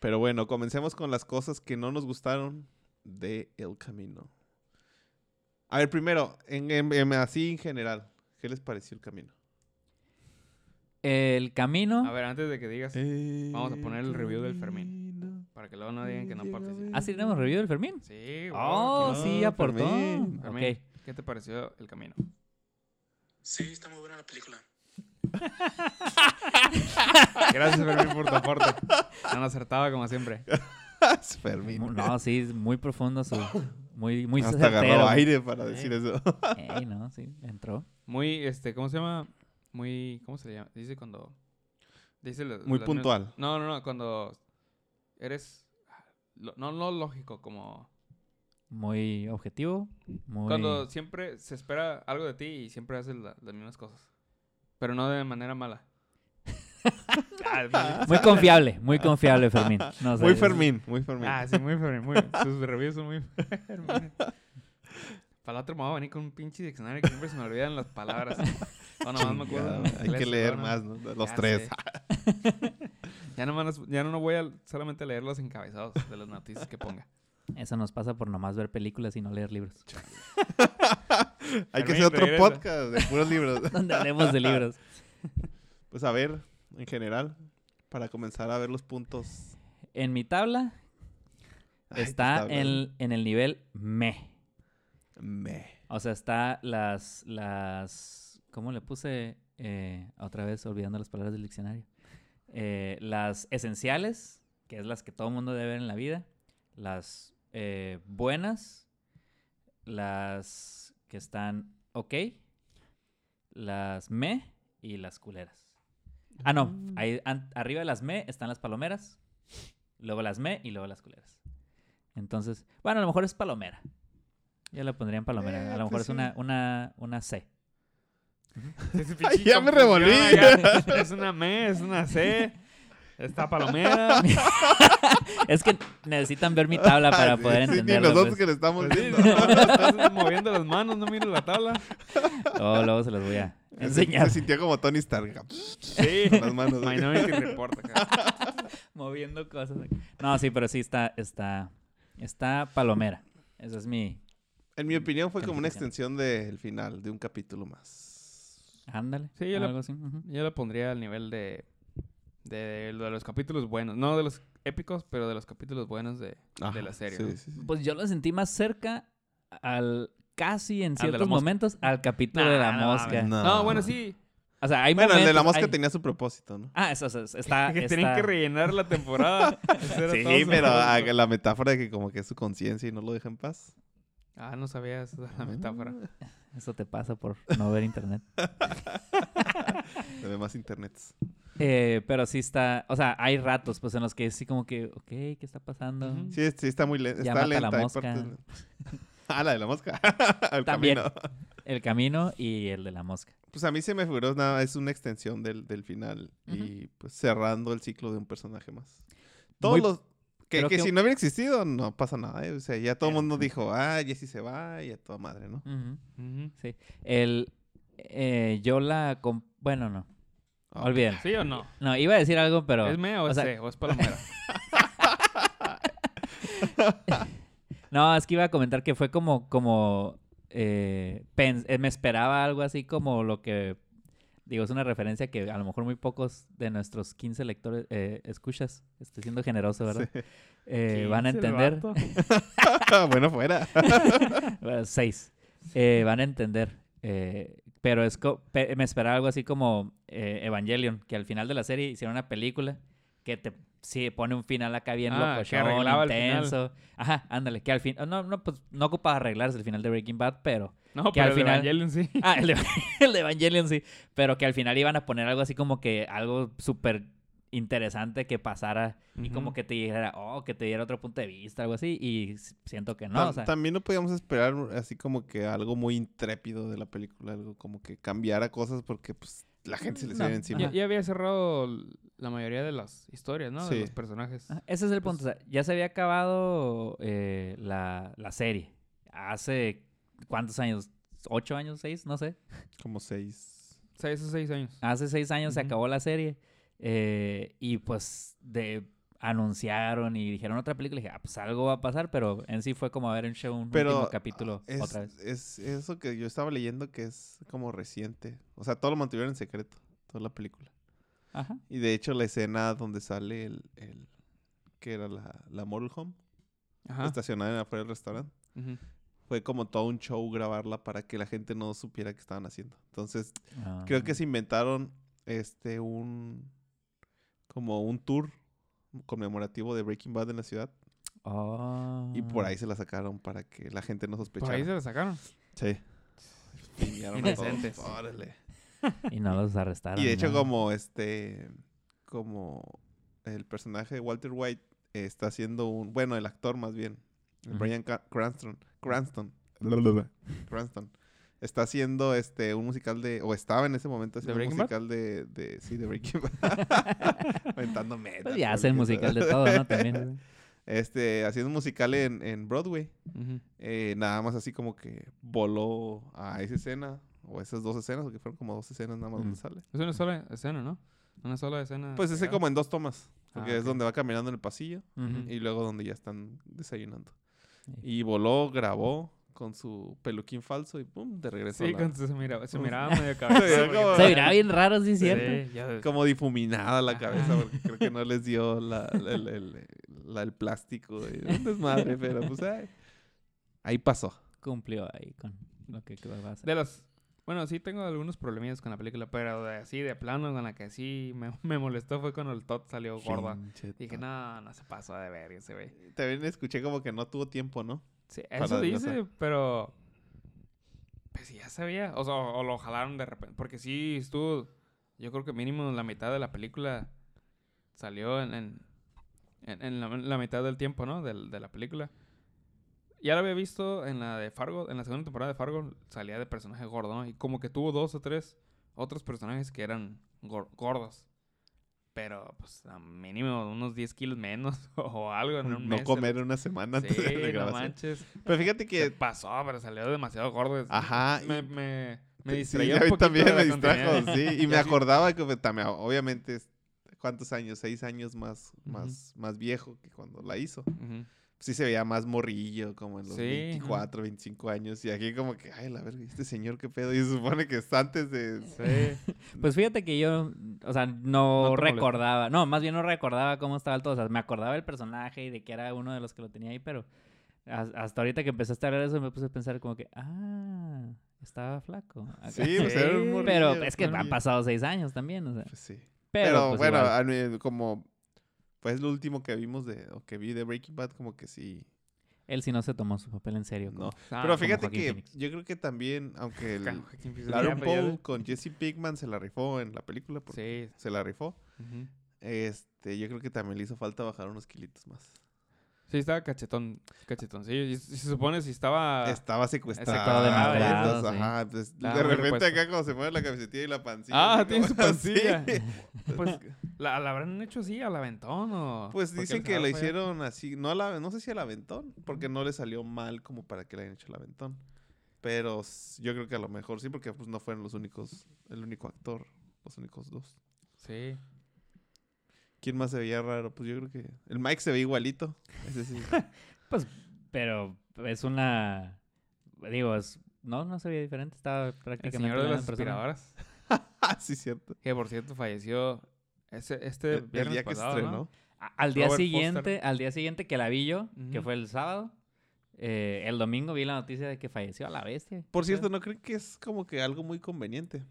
Pero bueno, comencemos con las cosas que no nos gustaron de El Camino. A ver, primero, en, en- en- así en general, ¿qué les pareció el camino?
El
A
camino.
ver, antes de que digas, vamos a poner el review del Fermín. Para que luego no digan que no participa.
¿Ah, sí tenemos review del Fermín?
Sí, güey.
Oh,
Ah, claro,
sí, aportó.
Fermín.
Ok.
Fermín, ¿Qué te pareció el camino?
Sí, está muy buena la película.
Gracias, Fermín, por tu aporte. No lo acertaba como siempre.
Ah, Fermín.
No, sí, es muy profundo su. Muy, muy
Hasta
certero.
agarró aire para decir
Eh.
eso.
Ey, no, sí, entró.
Muy, este, ¿cómo se llama? Muy, ¿cómo se le llama? Dice cuando... Dice lo-
Muy
las-
puntual.
No, no, no, cuando eres... lo- no, no lógico, como...
Muy objetivo. Muy.
Cuando siempre se espera algo de ti y siempre haces la- las mismas cosas. Pero no de manera mala. ah, maldito.
Muy confiable, muy confiable, Fermín. No sé,
Muy
es-
Fermín, muy Fermín.
Ah, sí, muy Fermín, muy Sus reviews son muy Fermín. Para la otra me voy a venir con un pinche diccionario que siempre se me olvidan las palabras. No, nomás me
Chingado,
acuerdo en
Hay que
inglés,
leer
no, no.
más, ¿no? Los
Ya
tres.
sé. ya, nomás las- ya no voy a solamente leer los encabezados de las noticias que ponga.
Eso nos pasa por nomás ver películas y no leer libros.
Hay que
Fermín,
hacer otro
regresa.
podcast de puros libros.
Donde hablemos de libros.
Pues a ver, en general, para comenzar a ver los puntos.
En mi tabla
Ay,
está
tabla.
en, en el nivel me.
Meh.
O sea, está las. las ¿Cómo le puse? Eh, otra vez olvidando las palabras del diccionario. Eh, las esenciales, que es las que todo mundo debe ver en la vida. Las eh, buenas. Las que están ok. Las me y las culeras. Ah, no. Ahí, an- arriba de las me están las palomeras. Luego las me y luego las culeras. Entonces, bueno, a lo mejor es palomera. Yo la pondría en palomera.
Eh,
a lo mejor
pues
es una, una, una C.
ya me revolví.
Ya, Es una M, es una C. Está Palomera. Pues
Es que necesitan ver mi tabla para
Ah, Sí,
poder
sí, ni
entenderlo.
nosotros
pues.
que le estamos
Pues sí,
viendo.
no, estás moviendo las manos, no miro la tabla.
Luego- Oh, luego se los voy a
Se-
enseñar.
Se sintió como Tony Stark.
Sí.
Con las manos.
Minority Report acá.
Moviendo cosas. No, sí, pero sí está, está, está palomera. Esa es mi...
En mi opinión fue como una
Calificación.
extensión del final, de un capítulo más.
Ándale.
Sí, yo la-
algo así. ujú.
Yo la pondría al nivel de, de, de los capítulos buenos. No de los épicos, pero de los capítulos buenos de, de
Ajá,
la serie.
Ah, sí,
¿no?
sí, sí.
Pues yo lo sentí más cerca al... Casi en
de la
ciertos
mosca.
momentos al capítulo de la
Nah, no
mosca.
mames.
No.
No, bueno, sí.
O sea, hay
Bueno, el de la
momentos-
mosca
hay-
tenía su propósito, ¿no?
Ah, eso, eso, eso, está...
que tenían
está-
que rellenar la temporada. Ese era
Sí,
todo su
pero ah,
propósito.
la metáfora de que como que es su conciencia y no lo deja en paz.
Ah, no sabía esa la metáfora.
Eso te pasa por no ver internet.
Se ve más internet.
Eh, pero sí está, o sea, hay ratos pues en los que sí como que, ok, ¿qué está pasando?
Ujú.
Sí, es- sí, está muy lenta.
Ya
Está
mata la
lenta. hay
mosca.
partes- ah, la de la mosca. El
También.
camino.
El camino y el de la mosca.
Pues a mí se me figuró nada, es una extensión del, del final y pues cerrando el ciclo de un personaje más. Todos
Muy-
los... Que,
creo
que
que-
si no hubiera existido, no pasa nada. ¿eh? O sea, ya todo el
Eh,
mundo
ujú.
dijo, ah, Jesse se va y a toda madre, ¿no?
Ujú.
Ujú.
El, eh, yo la, com- bueno, no,
Ah,
olviden.
¿Sí o no?
No, iba a decir algo, pero
¿Es me o,
o
es
sea-
C o es Palomera?
no, es que iba a comentar que fue como, como, eh, pens- eh, me esperaba algo así como lo que, digo, es una referencia que a lo mejor muy pocos de nuestros 15 lectores, eh, escuchas, estoy siendo generoso, ¿verdad? Eh, van a
¿Quince el
entender.
vato?
ah, bueno, fuera.
Bueno, seis. Eh, van a entender. eh, pero es co- pe- me esperaba algo así como eh, Evangelion, que al final de la serie hicieron una película que te sí, pone un final acá bien
Ah,
loco,
que arreglaba el final.
intenso. Ajá, ándale, que al fin no, no, pues no ocupaba arreglarse el final de Breaking Bad, pero
No,
Que
pero
al
el de
final-
Evangelion sí.
Ah, el de, el de Evangelion sí. Pero que al final iban a poner algo así como que algo súper interesante que pasara y como
Ujú.
que te dijera, oh, que te diera otro punto de vista, algo así. Y s- siento que no.
Tam-
o sea,
También no podíamos esperar así como que algo muy intrépido de la película, algo como que cambiara cosas porque pues la gente se les
No,
viene encima.
Ya, ya había cerrado l- la mayoría de las historias, ¿no? De
Sí.
los personajes.
Ajá, Ese es el
Pues
punto. o sea, ya se había acabado eh, la, la serie. Hace cuántos años? ¿Ocho años? ¿Seis? No sé.
Como seis. Ah,
Seis o seis años.
Hace seis años se
Ujú.
acabó la serie. eh, y pues de anunciaron y dijeron otra película, y dije, ah, pues algo va a pasar, pero en sí fue como a ver un show, un último capítulo
ah, es,
otra vez.
es eso que yo estaba leyendo que es como reciente. O sea, todo lo mantuvieron en secreto, toda la película.
Ajá.
Y de hecho la escena donde sale el... el que era la, la motorhome,
Ajá.
estacionada en afuera del restaurante.
Ujú.
Fue como todo un show grabarla para que la gente no supiera qué estaban haciendo. Entonces,
Ah,
creo que se inventaron este un... como un tour conmemorativo de Breaking Bad en la ciudad.
Ah.
Y por ahí se la sacaron para que la gente no
Por ahí se
sospechara.
la sacaron.
Sí. Piñaron a todos.
Inocentes.
Órale.
Y no los arrestaron.
Y de hecho,
¿no?
como este. Como el personaje de Walter White eh, está haciendo un. Bueno, el actor más bien. el
Ujú.
Brian Ca- Cranston. Cranston. Cranston. Está haciendo este un musical de. O estaba en ese momento haciendo un
Breaking Bad?
musical de, de. Sí, de Breaking Bad. Aventando metas.
Pues ya
güey,
hacen
que-
musical de todo, ¿no? También.
Este, haciendo un musical en, en Broadway.
Ujú.
Eh, nada más así como que voló a esa escena. O esas dos escenas, porque fueron como dos escenas nada más donde
Mm.
sale.
Es una sola escena, ¿no? Una sola escena.
Pues ese
pegada.
como en dos tomas. Porque
Ah,
es
ok.
donde va caminando en el pasillo
Ujú.
y luego donde ya están desayunando.
Sí.
Y voló, grabó con su peluquín falso y pum, de regreso. a
Sí,
la-
con- se miraba, se
Uf.
miraba medio cabeza.
Pues como-
Se miraba bien raro, sí,
Sí,
cierto.
ya-
Como difuminada la cabeza
Ajá.
porque creo que no les dio la, el, el- el- la- el plástico. y un desmadre, pero pues ay, ahí pasó.
Cumplió ahí con lo que creo que va a hacer.
De las... Bueno, sí tengo algunos problemillas con la película, pero de- así de plano con la que sí me, me molestó fue cuando el Todd salió gorda.
Pinche ta-
Dije, no, no se pasó de ver ese güey.
También escuché como que no tuvo tiempo, ¿no?
Sí,
Para
eso
adelgazar.
dice, pero... Pues ya sabía. O sea, o lo jalaron de repente. Porque sí estuvo... Yo creo que mínimo la mitad de la película salió en... en, en- en la, en la mitad del tiempo, ¿no? Del- de la película. Ya la había visto en la de Fargo, en la segunda temporada de Fargo, salía de personaje gordo, ¿no? Y como que tuvo dos o tres otros personajes que eran gor- gordos. Pero, pues, a mínimo unos 10 kilos menos o algo en un
no
mes.
comer una semana antes de la
Sí, no
grabación.
manches.
Pero fíjate
Se
que.
pasó, pero salió demasiado gordo. Es-
Ajá. y-
Me, me, me
Sí,
distrayó
a
un
mí
poquito
también
de
me
la
distrajo,
continuidad.
sí. Y me
así-
acordaba que pues, también, obviamente, es- ¿cuántos años? Seis años más, más, más viejo que cuando la hizo.
Ujú.
Sí se veía más morrillo, como en los
Sí, ajá.
24, 25 años. Y aquí como que, ay, la verga, este señor qué pedo. Y se supone que está antes de...
Sí.
Pues fíjate que yo, o sea,
No
no,
te molestó.
recordaba, no, más bien no recordaba cómo estaba el todo, o sea, me acordaba el personaje y de que era uno de los que lo tenía ahí, pero has- hasta ahorita que empezaste a hablar de eso me puse a pensar como que, ah, estaba flaco. Acá.
Sí, pues, era un morrillo,
pero es que han
morrillo.
pasado seis años también, o sea.
Pues sí.
Pero,
Pero,
pues,
bueno, ah.
igual.
a mí, como... Pues lo último que vimos de... O que vi de Breaking Bad, como que sí...
él sí no se tomó su papel en serio.
No.
como-
Pero
Ah, como
fíjate
Joaquín
que
Phoenix.
yo creo que también, aunque el,
Joaquín Phoenix.
Aaron
Ya, ya-
Paul con Jesse Pinkman se la rifó en la película porque
Sí.
se la rifó.
ujú.
Este, yo creo que también le hizo falta bajar unos kilitos más.
Sí, estaba cachetón. Cachetoncillo. Y se se supone si estaba.
Estaba secuestrado.
Estaba demandado,
entonces,
sí.
Ah,
ajá, pues,
Estaba
de
muy
repente
repuesto.
acá cuando se mueve la camiseta y la pancilla.
Ah,
así
tiene
como-
su pancilla.
Sí.
Pues, ¿la, la habrán hecho así al aventón o.?
Pues
porque
dicen
el
que lo
señor fue-
hicieron así, no, a la, no sé si al aventón, porque no le salió mal como para que le hayan hecho el aventón. Pero s- yo creo que a lo mejor sí, porque pues no fueron los únicos, el único actor, los únicos dos.
Sí.
¿Quién más se veía raro? Pues yo creo que el Mike se ve igualito. Ese sí.
Pues, pero es una. Digo, es. No, no se veía diferente, estaba
El
prácticamente.
señor de
la
las
misma persona.
aspiradoras.
Ah, sí, cierto.
Que por cierto falleció. Ese, este
El, el
viernes
día que
pasado,
estrenó.
¿no?
A- Al día
Robert
siguiente,
Foster.
al día siguiente que la vi yo, que
Ujú.
fue el sábado, eh, el domingo vi la noticia de que falleció a la bestia.
Por cierto, ¿no creen que es como que algo muy conveniente?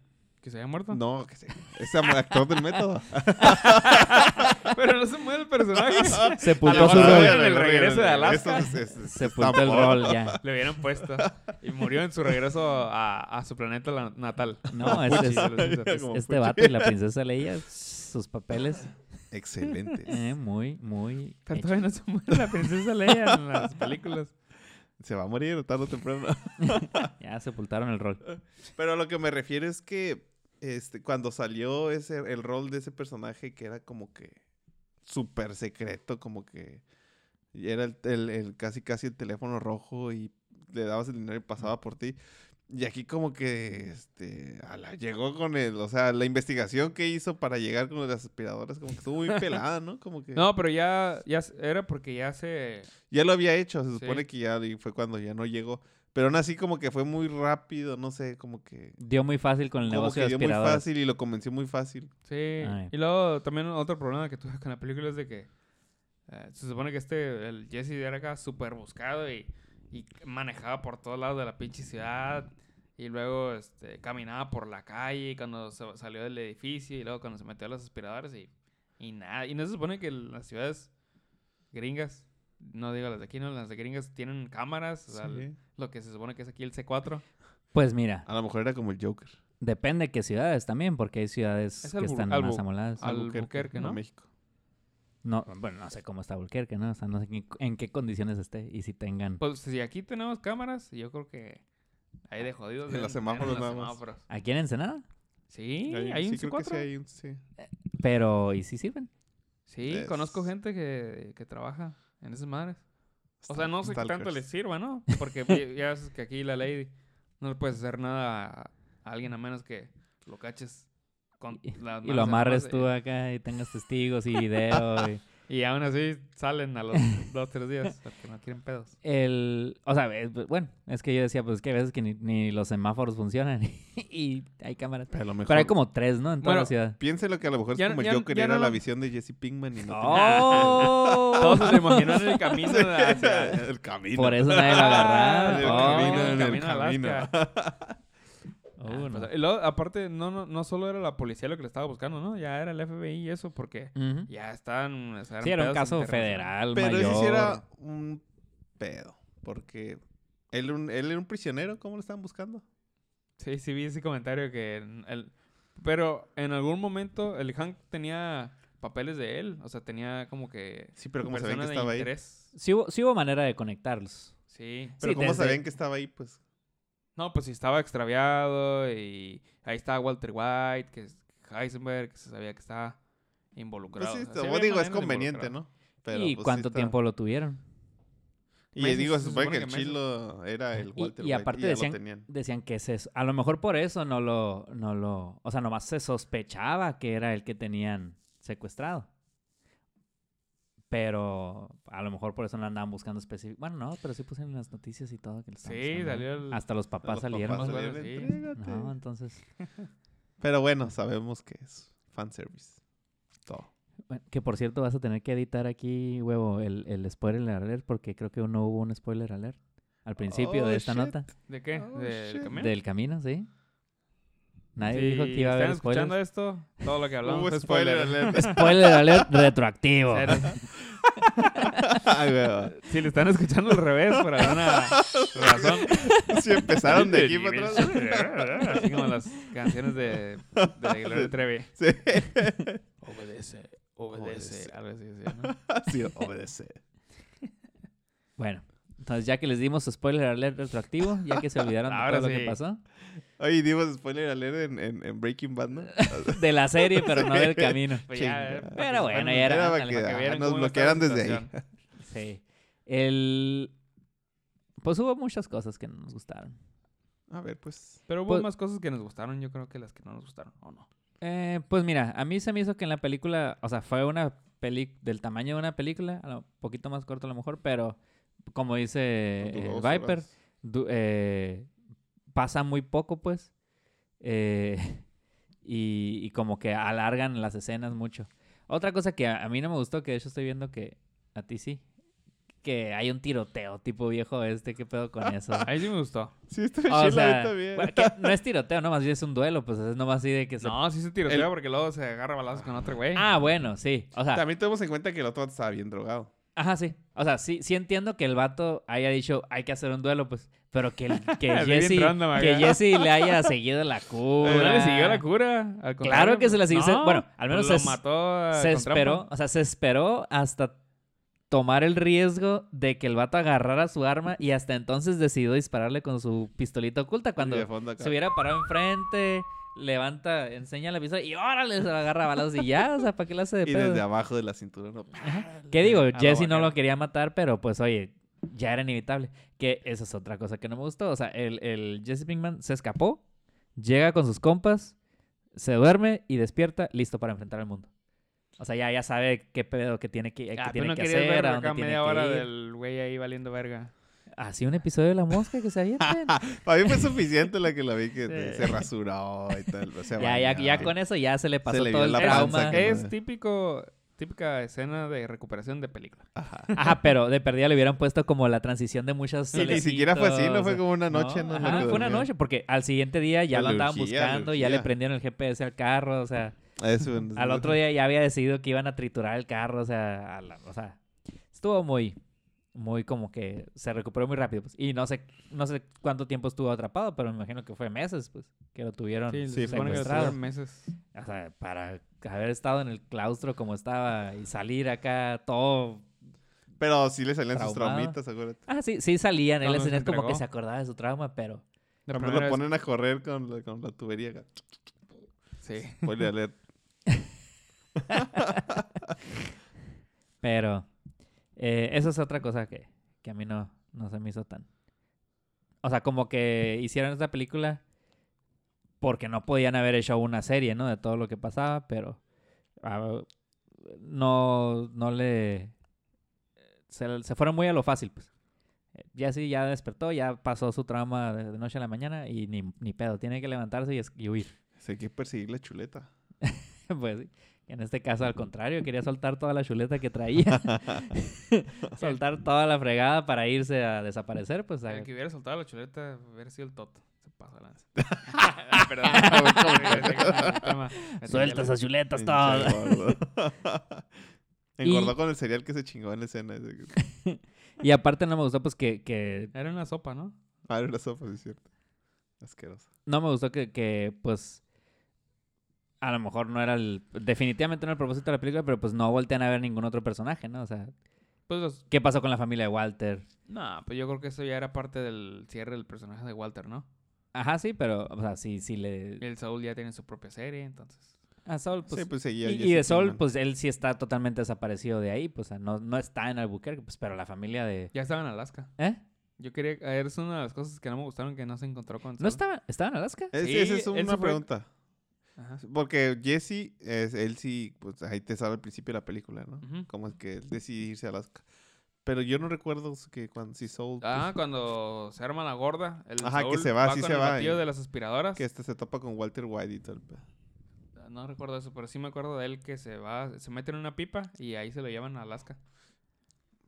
¿Que se había muerto?
No, que se... Es am- actor del método.
Pero no se muere el personaje.
Sepultó
A la
su
hora
rol.
del- el regreso de Alaska.
Eso es- es- es-
Sepultó el
está
rol ya.
Le hubieran puesto. Y murió en su regreso a, a su planeta la- natal.
No,
Como
ese
Puchi,
es-
de los Simpsons.
Como
Este vato y la princesa Leia, sus papeles
Excelente.
eh, muy, muy.
Pero
hechos.
todavía no se muere la princesa Leia en las películas.
Se va a morir tarde o temprano.
Ya sepultaron el rol.
Pero a lo que me refiero es que este, cuando salió ese, el rol de ese personaje que era como que súper secreto, como que y era el, el- el casi casi el teléfono rojo y le dabas el dinero y pasaba por ti. Y aquí como que este, ala, llegó con el, o sea, la investigación que hizo para llegar con las aspiradoras, como que estuvo muy pelada, ¿no? Como que
No, pero ya, ya s- era porque ya se...
ya lo había hecho, se supone
Sí.
que ya y fue cuando ya no llegó. Pero aún así como que fue muy rápido, no sé, como que...
Dio muy fácil con el
Como
negocio
que
de
dio muy
aspiradoras.
fácil y lo convenció muy fácil.
Sí.
Ay.
Y luego también otro problema que tuve con la película es de que eh, se supone que este, el Jesse era acá súper buscado y, y manejaba por todos lados de la pinche ciudad. Y luego este, caminaba por la calle cuando sa- salió del edificio y luego cuando se metió a los aspiradores y, y nada. Y no se supone que las ciudades gringas, no digo las de aquí, no, las de gringas tienen cámaras, o sea,
Sí.
lo que se supone que es aquí el C4.
Pues mira,
A lo mejor era como el Joker.
depende de qué ciudades también, porque hay ciudades
Es
que
Albu-
están
Albu-
más amoladas.
Al- Albuquerque, ¿no?
México.
No, bueno, no sé cómo está Bulquerque, ¿no? O sea, no sé en- en qué condiciones esté y si tengan.
Pues si aquí tenemos cámaras, yo creo que ahí de jodidos.
En
deben
los
tener en
semáforos
los
nada más.
semáforos.
¿Aquí en Ensenada?
Sí,
Ahí-
hay un
sí, creo que
C4.
sí, hay un- sí.
Pero, ¿y si sirven?
Sí,
Es-
conozco gente que, que trabaja en esas madres. O sea,
Stalk-
no sé qué tanto
stalkers.
les sirva, ¿no? Porque ya- ya sabes que aquí la ley no le puedes hacer nada a a alguien a menos que lo caches con
Y,
las
y
manos en
lo
la
amarres
masa
tú acá y tengas testigos y video. y-
Y, y aún así salen a los dos, tres días porque no quieren pedos.
el, o sea, eh, pues, bueno, es que yo decía, pues que a veces que ni, ni los semáforos funcionan y hay cámaras.
Pero a lo mejor...
Pero hay como tres, ¿no? En toda la
Bueno,
ciudad.
Piénselo que a lo mejor
Ya
es como
no-
el
ya-
Joker
ya
era
no
la
lo-
visión de Jesse Pinkman y no
¡Oh!
Todos se imaginaron el camino de hacia-
tenía- el camino.
Por eso nadie lo
Ah,
el
oh,
camino,
agarraba.
en el
a Alaska.
Oh,
Ah,
uno.
pues, y luego, aparte, no, no, no solo era la policía lo que le estaba buscando, ¿no? Ya era el FBI y eso, porque
Ujú.
pues, ya estaban... o sea,
Sí, era un
pedos
caso federal,
internacionales.
Pero
mayor.
ese sí era un pedo. Porque él, era un- él era un prisionero. ¿Cómo lo estaban buscando?
Sí, sí vi ese comentario que... en el- Pero en algún momento el Hank tenía papeles de él, o sea, tenía como que...
Sí, pero como sabían
persona
que
de
estaba ahí.
interés.
Sí hubo, sí hubo manera de conectarlos.
Sí.
Pero
Sí,
como
desde-
sabían que estaba ahí? Pues
No, pues sí, estaba extraviado y ahí estaba Walter White, que es Heisenberg, que se sabía que estaba
pues
involucrado.
sí,
o sea, sí
como
había
digo, es
maneras de
conveniente,
involucrar.
¿no? Pero,
¿Y
pues, sí
cuánto
está-
tiempo lo tuvieron?
Y
Meses,
digo, se
se
supone
supone
que el
que meses.
chilo era el
Y-
Walter
y
White,
aparte
ya lo
decían-
tenían.
Decían que es eso. A lo mejor por eso no lo, no lo. O sea, nomás se sospechaba que era el que tenían secuestrado. Pero a lo mejor por eso no andaban buscando específico. Bueno, no, pero sí pusieron en las noticias y todo que lo estaban
Sí,
buscando.
salió el-
Hasta los papás
Los
salieron.
papás
más o
salieron,
menos, sí.
"Entrégate".
No, entonces.
Pero bueno, sabemos que es fanservice. Todo.
Bueno, que por cierto, vas a tener que editar aquí, huevo, el, el spoiler alert, porque creo que no hubo un spoiler alert al principio
Oh,
de esta
shit.
nota.
¿De qué?
Oh,
¿Del
shit.
camión?
Del camino, ¿sí? Nadie
Si
dijo que iba a haber
están escuchando
spoilers.
esto, todo lo que hablamos
Hubo
fue ¿eh?
spoiler alert.
Spoiler alert retroactivo.
Cero.
Ay, hueva.
Si le están escuchando al revés por alguna razón.
Si empezaron de aquí para atrás.
Así como las canciones de, de Gloria Trevi.
Sí.
Obedece,
obedece.
Algo así, decía, ¿no?
Sí, obedece.
Bueno, entonces ya que les dimos spoiler alert retroactivo, ya que se olvidaron de
Ahora
todo lo
sí.
que pasó,
Oye, dimos spoiler alert en, en, en Breaking Bad, ¿no?
de la serie, pero no del camino.
Pues ya,
Chinga.
para
Pero
que
bueno,
sepan-
ya era-
Era
ándale,
para que
para
que
ah,
vieran
nos
cómo estaba
bloquearan
la
desde ahí.
situación.
Sí. El... Pues hubo muchas cosas que no nos gustaron.
A ver, pues.
Pero hubo
Pues-
más cosas que nos gustaron, yo creo que las que no nos gustaron, ¿o no?
Eh, pues mira, a mí se me hizo que en la película, o sea, fue una peli del tamaño de una película, a lo- un poquito más corto a lo mejor, pero como dice eh,
duró dos
Viper,
horas.
du- eh, pasa muy poco, pues. Eh, y, y como que alargan las escenas mucho. Otra cosa que a, a mí no me gustó, que de hecho estoy viendo que a ti sí, que hay un tiroteo tipo viejo este, ¿qué pedo con eso?
Ahí sí me gustó.
Sí, está
Ah, O
chido
sea,
ahorita bien.
bueno, que no es tiroteo, no, más bien es un duelo, pues es nomás así de que se...
No, sí se tirotea porque luego se agarra balazos con otro güey.
Ah, bueno, sí. O sea,
También tenemos en cuenta que el otro vato estaba bien drogado.
Ajá, sí. O sea, sí, sí entiendo que el vato haya dicho hay que hacer un duelo, pues. Pero que, el- que
Bien
Jesse
random acá.
que Jesse le haya seguido la
Eh,
cura.
no le siguió la cura. al contrario, pues,
que se la siguió, se-
no,
bueno, al menos
lo
se-
mató. eh,
Se
con trampa.
esperó, o sea, se esperó hasta tomar el riesgo de que el vato agarrara su arma y hasta entonces decidió dispararle con su pistolita oculta cuando
Y de fondo acá.
se hubiera parado enfrente, levanta, enseña la pistola y órale, se la agarra a balazos y ya, o sea, ¿para qué la hace de
Y
pedo?
desde abajo de la cintura no.
¿Qué digo?
A lo
Jesse no
vaquero.
lo quería matar, pero pues oye, ya era inevitable. Que esa es otra cosa que no me gustó. O sea, el, el Jesse Pinkman se escapó, llega con sus compas, se duerme y despierta, listo para enfrentar al mundo. O sea, ya, ya sabe qué pedo que tiene que, qué
Ah,
tiene
tú no
que
querías
hacer,
ver
a dónde
acá
tiene que
media hora
ir.
del güey ahí valiendo verga.
Así un episodio de La Mosca que se avienten.
Para mí fue suficiente la que la vi que
Sí.
se rasuró y tal. se
ya, ya, ya
bañó.
con eso ya se le pasó
le
todo
vio
el
la panza
trauma.
que-
Es típico, típica escena de recuperación de película.
Ajá, pero de perdida le hubieran puesto como la transición de muchas
Y ni siquiera fue así,
solecitos,
no fue como una noche. No,
No,
en la
ajá,
que
fue una
durmió.
noche, porque al siguiente día ya
Pues
lo
le
andaban
urgía, le
buscando, ya le
urgía.
prendieron el GPS al carro, o sea,
Eso,
Pues
al otro día ya había decidido que iban a triturar el carro, o sea, a la- o sea, estuvo muy, muy como que se recuperó muy rápido, pues. Y no sé, no sé cuánto tiempo estuvo atrapado, pero me imagino que fue meses, pues, que lo tuvieron
Sí, se
sí,
supone que
secuestrado.
duraron meses.
O sea, para haber estado en el claustro como estaba y salir acá todo
Pero sí le salían sus
Traumado.
traumitas, acuérdate.
Ah, sí, sí salían. Él
Cuando se
es como que
entregó.
se acordaba de su trauma, pero.
La
Cuando
primera
lo
vez-
ponen a correr con la, con la tubería. acá.
Sí.
Spoiler alert.
Pero. eh, eso es otra cosa que, que a mí no, no se me hizo tan. O sea, como que hicieron esta película porque no podían haber hecho una serie, ¿no? De todo lo que pasaba, pero. ah, no, no le. Se, se fueron muy a lo fácil, pues. Eh, Ya sí, ya despertó, ya pasó su trauma de, de noche a la mañana y ni, ni pedo. Tiene que levantarse y, es- y huir.
Se hay que perseguir la chuleta.
Pues sí. En este caso, al contrario, quería soltar toda la chuleta que traía. soltar toda la fregada para irse a desaparecer, pues. a-
El que hubiera soltado la chuleta hubiera sido el Toto. Se pasa lanza. Ah, Perdón. Regresé con el tema. Este, Me
Suelta
tenía la-
esas chuletas
Pinche
todas.
gordo. Engordó
Y-
con el cereal que se chingó en la escena. ese que-
Y aparte no me gustó, pues, que, que-
Era una sopa, ¿no?
Ah, era la sopa, sí, es cierto. Asqueroso.
No me gustó que, que, pues... A lo mejor no era el... Definitivamente no era el propósito de la película, pero pues no voltean a ver ningún otro personaje, ¿no? O sea,
Pues los...
¿qué pasó con la familia de Walter?
No, pues yo creo que eso ya era parte del cierre del personaje de Walter, ¿no?
Ajá, sí, pero... O sea, sí, sí le...
El Saúl ya tiene su propia serie, entonces...
A Saul, pues...
sí, pues seguía.
Y, y de Sol, pues él sí está totalmente desaparecido de ahí, pues o sea, no, no está en Albuquerque, pues, pero la familia de...
Ya estaba en Alaska.
¿Eh?
Yo quería... Es una de las cosas que no me gustaron que no se encontró con
¿No
Saúl.
estaba, estaba en Alaska?
Esa
Sí,
es
él
una
se fue-
pregunta.
Ajá.
Porque Jesse, es, él sí, pues ahí te sale al principio de la película, ¿no?
Ujú.
Como es que él decide irse a Alaska. Pero yo no recuerdo que cuando si Soul, pues,
Ah, cuando se arma la gorda. El
Ajá, que
Saúl
se va, sí
con
se
el
va
batillo
y-
de las aspiradoras. Ah,
que este se topa con Walter White y tal. pe-
No recuerdo eso, pero sí me acuerdo de él que se va, se mete en una pipa y ahí se lo llevan a Alaska.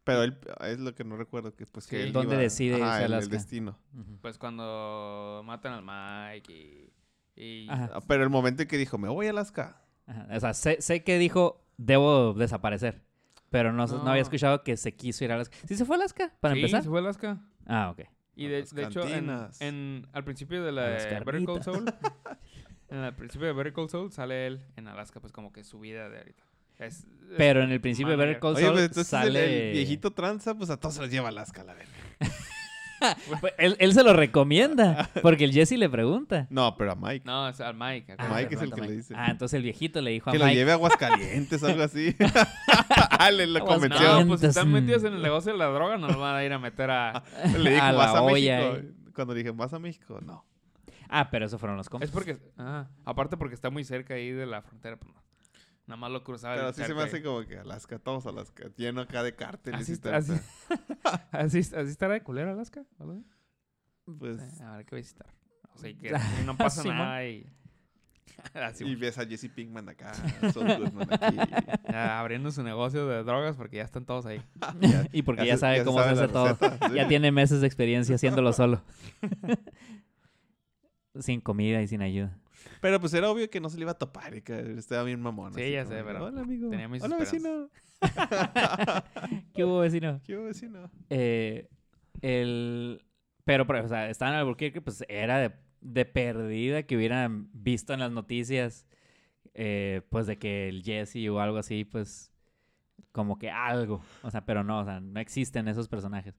Pero él es lo que no recuerdo, que pues que
Sí.
él
¿Dónde
iba-
decide irse a
el- el,
Alaska?
destino.
Ujú.
Pues cuando matan al Mike y... y-
Ajá.
Ah, Pero el momento en que dijo, me voy a Alaska.
Ajá, O sea, sé, sé que dijo, debo desaparecer, pero no, no.
No.
había escuchado que se quiso ir a Alaska. ¿Sí se fue a Alaska para
Sí,
empezar?
se fue a Alaska.
Ah, ok.
Y
A
de,
las
de hecho, en,
cantinas.
en- al principio de la
A las
de Better Call
carnitas.
Saul, en el principio de Better Call Saul sale él en Alaska, pues como que su vida de ahorita. Es- es-
Pero en el principio de Better
manager.
Call
Oye,
Saul
pues entonces el-
sale...
el, viejito tranza, pues a todos se los lleva a Alaska, la verga.
Pues, él, él se lo recomienda, porque el Jesse le pregunta.
No, pero a Mike.
No, es al Mike. acá.
Ah,
Mike es
perdón,
el que le
Mike.
dice.
Ah, entonces el viejito le dijo a
que lo
Mike...
lleve a Aguascalientes, algo así. Ah, le lo
Aguascalientes.
convenció.
No, pues si están
Mm.
metidos en el negocio de la droga, no lo van a ir a meter a...
Le dijo,
a la
vas a
olla, eh.
México. Cuando le dije, vas a México, no.
Ah, pero esos fueron los compas.
Es porque... ah, aparte porque está muy cerca ahí de la frontera. pues, no. Nada más lo cruzaba. el
Pero sí se me hace
charco
como que Alaska, todos Alaska, lleno acá de
ahí.
cárteles
Así,
y
está-
tal.
así, así, así estará de culero Alaska. ¿verdad?
Pues,
Eh, Habrá que visitar. O sea, que no pasa
Simón.
nada y... Ah, Así,
y ves a Jesse Pinkman acá, Saul Goodman aquí.
Ya, abriendo su negocio de drogas porque ya están todos ahí.
y porque ya
Ya se-
sabe
ya se
cómo se
sabe la
hace todo.
receta, sí.
Ya tiene meses de experiencia haciéndolo solo. sin comida y sin ayuda.
Pero pues era obvio que no se le iba a topar y que estaba bien mamón.
Sí,
así
ya
como
sé,
que,
pero
Hola, amigo.
tenía mis
Hola,
esperanzas.
vecino.
¿Qué hubo, vecino?
¿Qué hubo, vecino?
Eh, el... Pero, pero, o sea, estaba en Albuquerque, pues era de, de perdida que hubieran visto en las noticias, eh, pues de que el Jesse o algo así, pues como que algo. O sea, pero no, o sea, no existen esos personajes.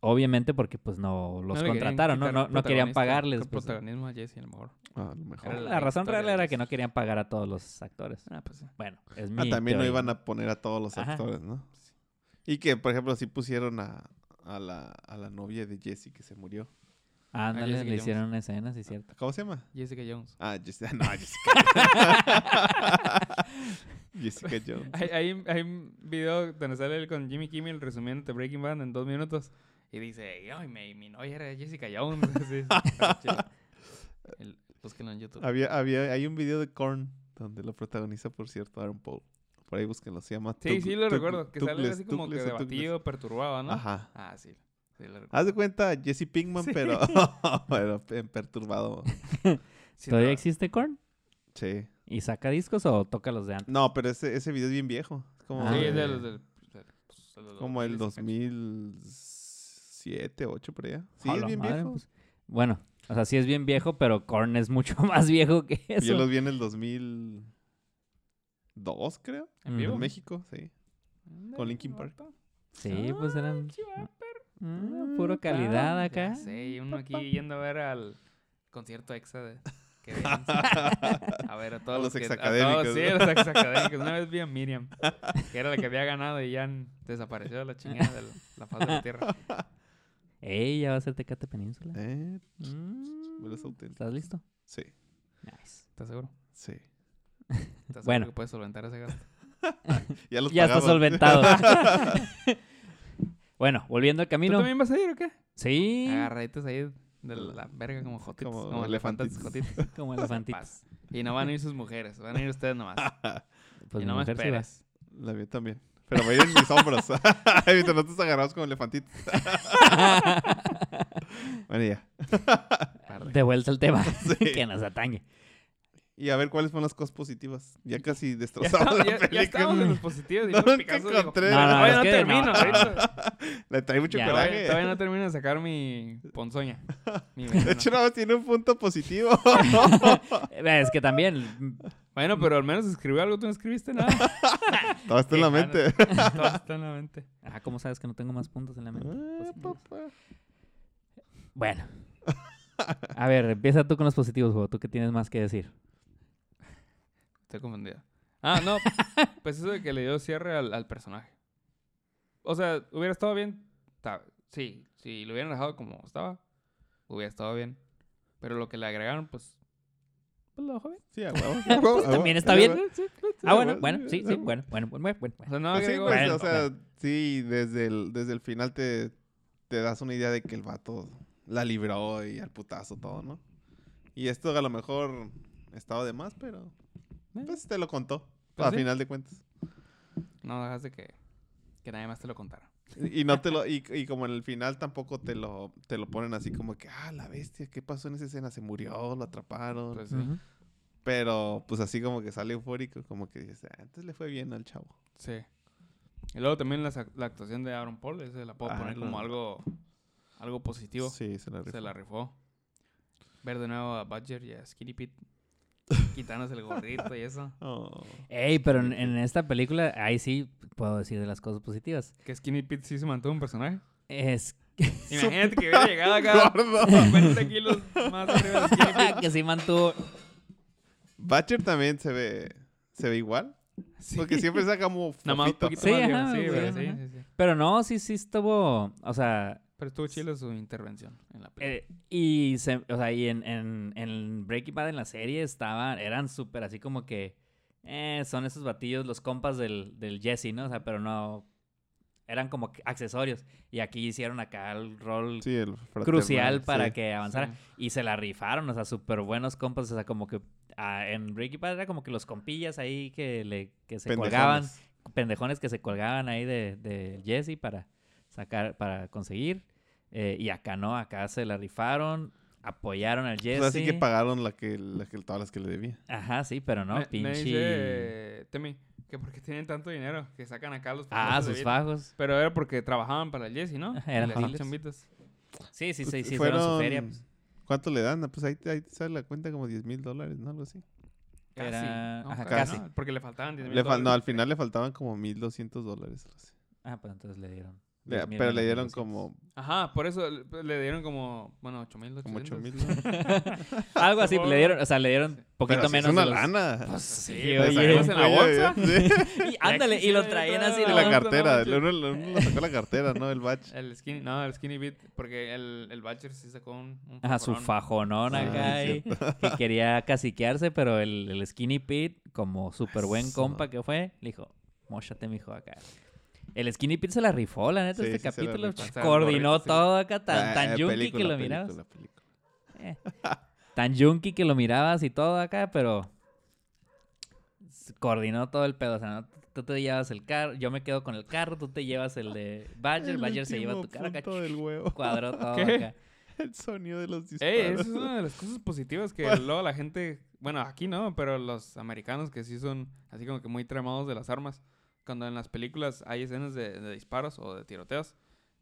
Obviamente porque pues no los
No le querían
contrataron, no,
quitar
no, no querían
protagonista-
pagarles. pues.
protagonismo a Jesse, a lo mejor.
Ah, a lo mejor.
Era
la razón
historia pues.
real era
de
que
los-
no querían pagar a todos los actores.
Ah, pues sí.
Bueno, es mi
Ah, también no
teoría.
iban a poner a todos los
Ajá.
actores, ¿no? Y que, por ejemplo, sí pusieron a, a la, a la novia de Jesse que se murió.
Ah,
Ah, Jessica
ándale, le
Jones.
hicieron una escena, sí, es cierto.
¿Cómo se llama?
Jessica Jones.
Ah, Jessica. No, Jessica. Jessica Jones.
Hay, hay, un- hay un video donde sale él con Jimmy Kimmel resumiendo The Breaking Bad en dos minutos. Y dice, ay, mi, mi novia era Jessica Jones. Sí, está chido. El- búsquenlo en YouTube.
Había, había, hay un video de Korn donde lo protagoniza, por cierto, Aaron Paul. Por ahí búsquenlo, se llama
Sí,
Tug-
sí lo
Tug-
recuerdo. Que sale
Tugles,
así como que
Tugles o Tugles.
debatido, perturbado, ¿no?
Ajá.
Ah, sí. sí lo recuerdo.
Haz de cuenta Jesse Pinkman, pero, pero en perturbado. Ah,
Sí,
¿Todavía
no,
existe Korn?
Sí.
¿Y saca discos o toca los de antes?
No, pero ese, ese video es bien viejo. Es como,
Ah,
Sí,
de-
es de los del... del- pues, de los
como el
2000
2007, 8 por allá. Sí,
A
es
la
bien
madre,
viejo.
pues. Bueno, o sea, sí es bien viejo, pero Korn es mucho más viejo que eso.
Yo los vi en el 2002, creo.
¿En vivo?
En México, sí.
Ándale,
con Linkin Park.
vato.
Sí, pues eran
Chihuahua.
mm, puro calidad
Ah, Ya
acá. Mm,
sé, y uno aquí yendo a ver al concierto exa de... que ven. a ver, a todos
los
que- A
exacadémicos,
todos, sí,
¿no?
a los exacadémicos. Una vez vi a Miriam, que era la que había ganado y ya n- desapareció de la chingada de la, la faz de la tierra.
Ey, ya va a ser Tecate Península.
Eh, pues
Mm,
vuelos auténticos.
¿Estás listo?
Sí,
Nice.
¿Estás seguro?
sí.
¿Estás
Bueno.
seguro que puedes solventar ese gasto?
Ya los
Ya está
pagaba.
solventado. bueno, volviendo al
¿Tú
camino.
también vas a ir o qué?
Sí,
Agarraditos ahí de la verga como jotitos.
Como
Como,
elefantitos.
elefantitos jotitos.
como elefantito.
Paz. Y no van a ir sus mujeres, van a ir ustedes nomás.
Pues mi
y no me
mujer sí va.
esperes.
La mía también. Pero me en mis hombros. Mientras no estás agarrados con elefantitos. bueno, ya.
Arre.
De vuelta al tema
Sí.
que nos atañe.
Y a ver cuáles fueron las cosas positivas. Ya casi
Ya,
destrozamos
estamos,
la
ya, ya
película.
estábamos en los positivos. Y
No,
luego
nunca
Picasso dijo,
encontré.
No, no,
Todavía
es
no
que
termino.
no.
ahorita.
Le trae mucho
Ya,
coraje.
Todavía, todavía no termino de sacar mi ponzoña. mi
De
veneno.
hecho, nada más tiene un punto positivo.
Eh, Es que también
Bueno, pero al menos escribió algo. Tú no escribiste nada.
Todo está en la mente.
Todo está en la mente.
Ah, ¿cómo sabes que no tengo más puntos en la mente?
Ah,
Positivos.
papá.
Bueno. A ver, empieza tú con los positivos, juego. ¿Tú qué tienes más que decir?
Estoy confundido. Ah, no. Pues eso de que le dio cierre al, al personaje. O sea, hubiera estado bien. Ta- Sí, si lo hubieran dejado como estaba, hubiera estado bien. Pero lo que le agregaron, pues. Pues lo dejó bien.
Sí, a huevo, a huevo, a huevo.
Pues también está
Sí, a
bien.
huevo.
Ah,
bueno,
bueno,
sí,
bueno, sí,
sí.
sí, bueno, bueno, bueno, bueno.
O
bueno.
sea, no
Pues sí,
agregó.
pues,
Bueno,
o sea, sí, desde el, desde el final te, te das una idea de que el vato la libró y al putazo todo, ¿no? Y esto a lo mejor estaba de más, pero pues te lo contó,
Eh. Pues
al
sí.
final de cuentas.
No dejaste que, que nadie más te lo contara.
Y no te lo, y, y como en el final tampoco te lo, te lo ponen así como que, ah, la bestia, ¿qué pasó en esa escena? Se murió, lo atraparon.
Pues sí.
Ujú.
pero pues así como que sale eufórico, como que dices, ah, entonces le fue bien al chavo.
Sí. Y luego también las ac- la, actuación de Aaron Paul, ese la puedo
Ah,
poner
claro.
como algo, algo positivo.
Sí, se la rifó.
Se la rifó. Ver de nuevo a Badger y a Skinny Pete quitándose el gorrito y eso.
Oh.
Ey, pero en, en esta película, ahí sí puedo decir de las cosas positivas.
Que Skinny Pete sí se mantuvo un personaje.
Es
Imagínate que hubiera llegado acá 50 kilos más arriba de Skinny Pete.
que sí mantuvo.
Batcher también se ve, se ve igual. Porque siempre saca como
Nada más un
fofito.
poquito
Sí,
más.
ajá,
sí,
güey,
pero sí,
ajá.
sí, sí.
Pero no, sí, sí estuvo. O sea,
Pero estuvo chila su intervención en la película.
eh, y, se, o sea, y en, en, en Breaking Bad en la serie estaban, eran súper así como que. eh, son esos batillos, los compas del, del Jesse, ¿no? O sea, pero no. Eran como que accesorios. Y aquí hicieron acá el rol
Sí, el fraternal,
crucial
sí.
para que avanzara.
Sí.
Y se la rifaron, o sea, súper buenos compas. O sea, como que ah, en Breaking Bad era como que los compillas ahí que, le, que se colgaban,
Pendejadas.
pendejones que se colgaban ahí de, de Jesse para sacar, para conseguir. Eh, y acá no, acá se la rifaron, apoyaron al
O
Jesse.
sea, Pues así que pagaron la que, la que, todas las que le debía.
Ajá, sí, pero no,
me, me
pinche.
dice Temi que porque tienen tanto dinero que sacan acá los
Ah,
famosos
sus
de Vita.
fajos.
Pero era porque trabajaban para el Jesse, ¿no?
Ajá, eran
Y les dan
dealers.
chambitas.
Sí, sí, sí,
Pues
sí, hicieron su feria.
fueron-
pues.
¿Cuánto le dan? Pues ahí, te- ahí te sale la cuenta como 10 mil dólares, ¿no? Algo así.
Casi.
Era-
No,
ajá,
casi.
no, porque le faltaban 10
Le fal- no, al final le faltaban como 1200 dólares. algo así.
Ah, pues entonces le dieron.
Le-
10,000
pero le dieron
dólares.
como,
Ajá, por eso le le dieron como, bueno, 8 mil.
como 8 mil.
Algo así, le dieron, o sea, le dieron poquito
Pero sí
menos.
Es una
de los-
lana.
Pues sí,
Le
oye.
sacaron
¿en la
cuello,
bolsa?
sí.
Y ándale, y lo traían así.
De
¿no?
la
No
cartera.
manches.
Le uno, le uno le sacó la cartera, ¿no? El batch.
El skinny, no, el skinny beat, porque el, el Badger sí sacó un, un
Ajá, su
fajonón.
fajonón
Ah,
acá.
es
y- que quería caciquearse, pero el, el Skinny Pete, como súper buen
Eso.
compa que fue, le dijo, mochate, mijo, acá. El Skinny Pete se la rifó, la neta,
Sí,
este
sí, se la
capítulo.
rifó.
ch-
Está
Coordinó
gorrito, sí.
todo acá, tan,
Ah,
tan yunqui
película,
que lo
película,
mirabas.
película.
Tan yunqui que lo mirabas y todo acá, pero... s- Coordinó todo el pedo, o sea, ¿no? tú te llevas el carro, yo me quedo con el carro, tú te llevas el de Badger,
El
Badger se lleva tu
último
carro acá,
punto del huevo.
cuadró todo
¿Qué?
acá.
El sonido de los
Ey,
disparos.
eso es una de las cosas positivas que
Bueno.
luego la gente, bueno, aquí no, pero los americanos que sí son así como que muy tremados de las armas, cuando en las películas hay escenas de, de disparos o de tiroteos,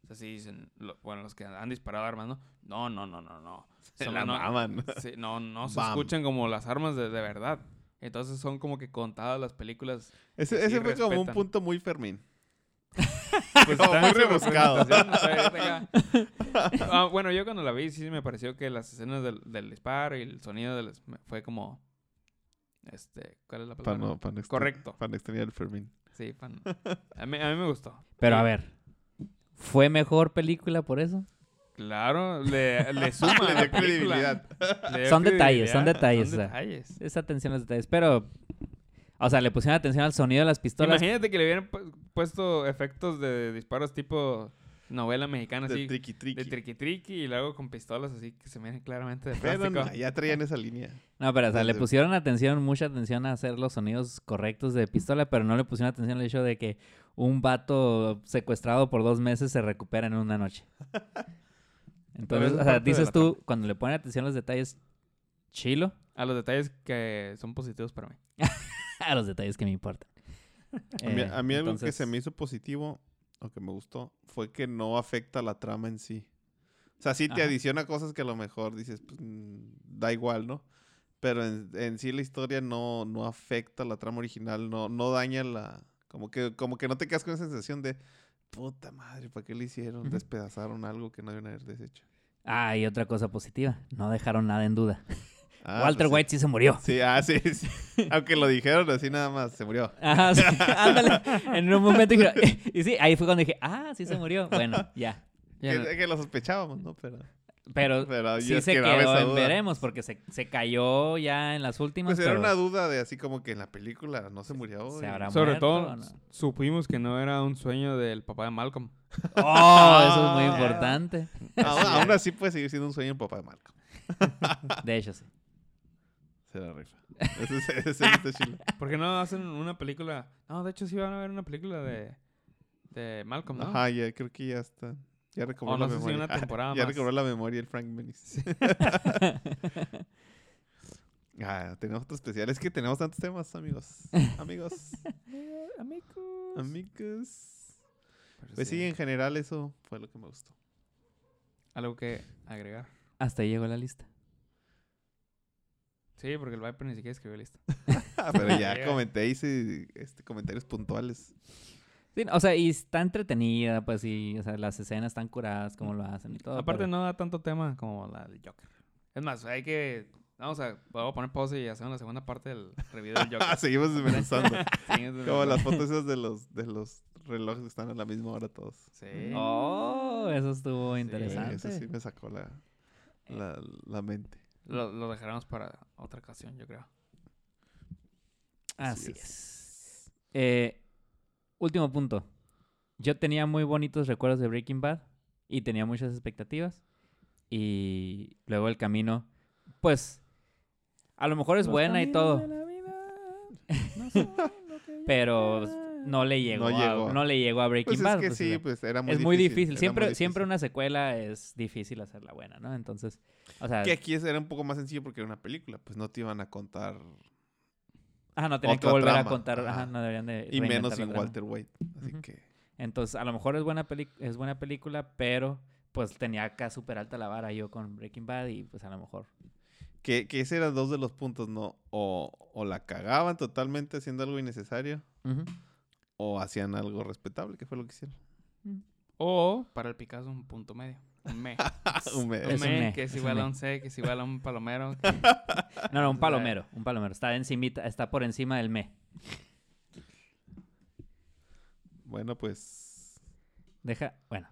o sea, sí dicen, lo- bueno, los que han disparado armas, ¿no? No, no, no, no, no.
Se
Son-
la
no,
maman.
sí, no, no se
Bam.
escuchan como las armas de, de verdad. Entonces son como que contadas las películas.
Ese,
sí
ese fue como un
respetan.
punto muy Fermín.
Pues
Como muy
está
¿eh?
en su
rebuscado.
representación, o sea, es acá. Ah, bueno, yo cuando la vi sí me pareció que las escenas del, del disparo y el sonido del, me- fue como... Este, ¿Cuál es la
Para
palabra?
no, para no extra-
Correcto.
Para no extrañar el Fermín.
Sí, pan. A mí, a mí me gustó.
Pero
Sí,
a ver, ¿fue mejor película por eso?
Claro, le, le suma a
Le
la
dio
película.
credibilidad.
Le dio
Son detalles, son
credibilidad,
detalles, o sea.
detalles.
Es atención a los detalles, pero... O sea, le pusieron atención al sonido de las pistolas.
Imagínate que le hubieran pu- puesto efectos de disparos tipo novela mexicana,
De
así.
triqui triqui.
De triqui triqui y luego con pistolas así que se miran claramente de
Pero
plástico.
no, ya traían esa línea.
No, pero o sea, le
Desde-
pusieron atención, mucha atención a hacer los sonidos correctos de pistola, pero no le pusieron atención al hecho de que un vato secuestrado por dos meses se recupera en una noche. Entonces, o
eso es
sea,
parte de
dices
la
tú, cuando le ponen atención a los detalles, chilo,
A los detalles que son positivos para mí.
a los detalles que me importan.
A mí,
Eh,
a mí algo que se
entonces,
me hizo positivo o que me gustó fue que no afecta la trama en sí. O sea, sí te
Ajá.
adiciona cosas que a lo mejor dices, pues, mm, da igual, ¿no? Pero en, en sí la historia no, no afecta la trama original, no, no daña la... Como que, como que no te quedas con esa sensación de, puta madre, ¿para qué le hicieron?
Ujú.
Despedazaron algo que no debían haber deshecho.
Ah, y otra cosa positiva, no dejaron nada en duda.
Ah,
Walter
pues sí.
White sí se murió.
Sí, ah, sí, sí. Aunque lo dijeron así nada más, se murió.
Ajá, sí, ándale. En un momento dijeron- y sí, ahí fue cuando dije, ah, sí se murió. Bueno, ya.
Ya no-
Que, que lo sospechábamos, ¿no? Pero...
Pero,
Pero
sí
es
se
que daba
quedó
esa
en
duda.
veremos porque se, se cayó ya en las últimas.
Pues era
pero
una duda de así como que en la película no se murió.
se
y-
habrá
Sobre
muerto,
todo,
¿o no?
s- supimos que no era un sueño del papá de Malcolm.
Oh, eso es muy
Ah.
importante.
Aún, aún así puede seguir siendo un sueño el papá de Marco.
De hecho, sí.
Se la rifa. Ese es- ese es este chile.
¿Por qué no hacen una película? No, de hecho sí van a ver una película de, de Malcolm, ¿no?
Ajá, ya creo que ya está. Ya recobró
O
la
Oh, no sé si
memoria.
una temporada
ya
más.
recobró la memoria el Frank Menis. ah, tenemos otro especial. Es que tenemos tantos temas, amigos. Amigos.
Eh, Amigos.
amigos.
Pero
Pues sí, en general eso fue lo que me gustó.
Algo que agregar.
Hasta ahí llegó la lista.
Sí, porque el Viper ni siquiera escribió lista.
Ah, pero ya
Ya.
comenté, hice este, comentarios puntuales.
Sí, o sea, y está entretenida, pues sí. O sea, las escenas están curadas, como lo hacen y todo.
Aparte
pero-
no da tanto tema como la del Joker. Es más, hay que... Vamos a, vamos a poner pausa y hacemos la segunda parte del review del
Ah,
Joker.
seguimos desmenuzando.
Sí, es de-
Como las fotos esas de los, de los relojes que están a la misma hora todos.
Sí.
Oh, eso estuvo
Eh,
interesante.
Eso sí me sacó la,
Eh.
la, la mente.
Lo, lo dejaremos para otra ocasión, yo creo.
Así
Así es.
es. Eh, último punto. Yo tenía muy bonitos recuerdos de Breaking Bad y tenía muchas expectativas. Y luego el camino, pues, a lo mejor es buena y todo, pero no le llegó,
No
a,
llegó.
no le llegó a Breaking
Pues
Bad.
es que
pues, o
sí,
sea,
pues era muy
es
difícil.
muy difícil.
era
Siempre,
muy
siempre
difícil.
una secuela es difícil hacerla buena, ¿no? Entonces, o sea,
Que aquí es- era un poco más sencillo porque era una película. Pues no te iban a contar.
ah, no tenían que
otra
volver a
trama,
contar, ajá,
ajá.
no deberían de
Y menos
reinventar
sin
la trama.
Walter White. Así
Ujú.
que.
Entonces, a lo mejor es buena, peli- es buena película, pero pues tenía acá súper alta la vara yo con Breaking Bad y pues a lo mejor.
Que, que ese era dos de los puntos, ¿no? O, o la cagaban totalmente haciendo algo innecesario. O hacían algo respetable, que fue lo que hicieron.
O para el Picasso, un punto medio. Un me.
Un mes.
Es
Un
un
me
me,
que es
es un
igual a
me.
un C, que es igual a un palomero.
No, no, un palomero, un palomero. Está encimita, está por encima del me.
Bueno, pues.
Deja, bueno,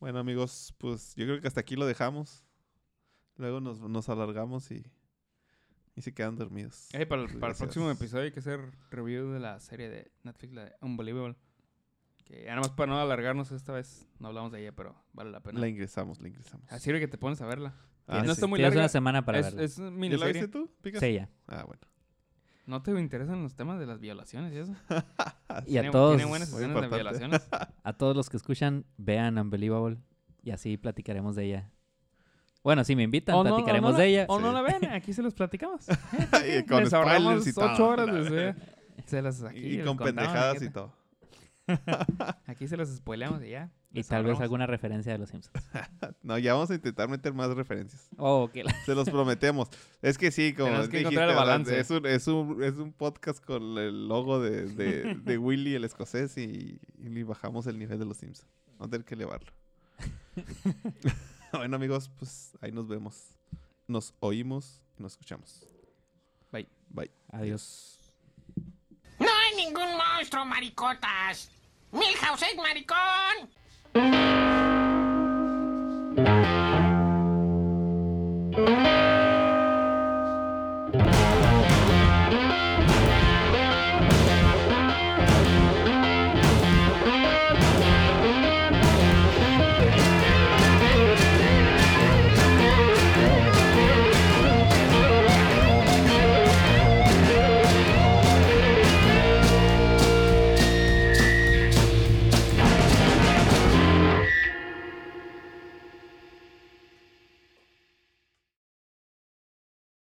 Bueno, amigos, pues yo creo que hasta aquí lo dejamos. Luego nos, nos alargamos y, y se quedan dormidos.
Eh, para, el- para el
Gracias.
próximo episodio hay que hacer review de la serie de Netflix, la de Unbelievable. Que ya nada más para no alargarnos esta vez, no hablamos de ella, pero vale la pena.
La ingresamos, la ingresamos.
Ah, sirve que te pones a verla.
Ah,
no
sí.
está muy
tienes
larga.
una semana para
es,
verla.
es
¿Ya la
miniserie.
viste tú, Picas?
Sí, ya.
Ah, bueno.
¿No te interesan los temas de las violaciones y eso?
Y a
ah, Tiene-
todos,
Tiene buenas
Muy
escenas de
importante.
violaciones.
a todos los que escuchan, vean Unbelievable y así platicaremos de ella. Bueno, si me invitan,
O no- o no
platicaremos
la-
de ella.
O no
Sí.
la ven, aquí se los
y
platicamos.
eh, con
Les ahorramos
spoilers y todo.
ocho horas
la
de
verdad.
subida. Se las aquí.
Y
les
con
contamos,
pendejadas
aquí
y
te-
todo.
Aquí se las spoileamos y ya.
Y
les
tal vez
ahorramos.
alguna referencia de los Simpsons.
No, ya vamos a intentar meter más referencias.
Oh, que la-
Se los prometemos. Es que sí, como
Tenemos que
dijiste,
encontrar el
o sea,
balance.
Es un, es, un, es un podcast con el logo de, de, de Willy el escocés y, y le bajamos el nivel de los Simpsons. Vamos a tener que elevarlo. bueno, amigos, pues ahí nos vemos. Nos oímos y nos escuchamos.
Bye.
Bye.
Adiós.
No hay ningún monstruo, maricotas. Milhouse es maricón.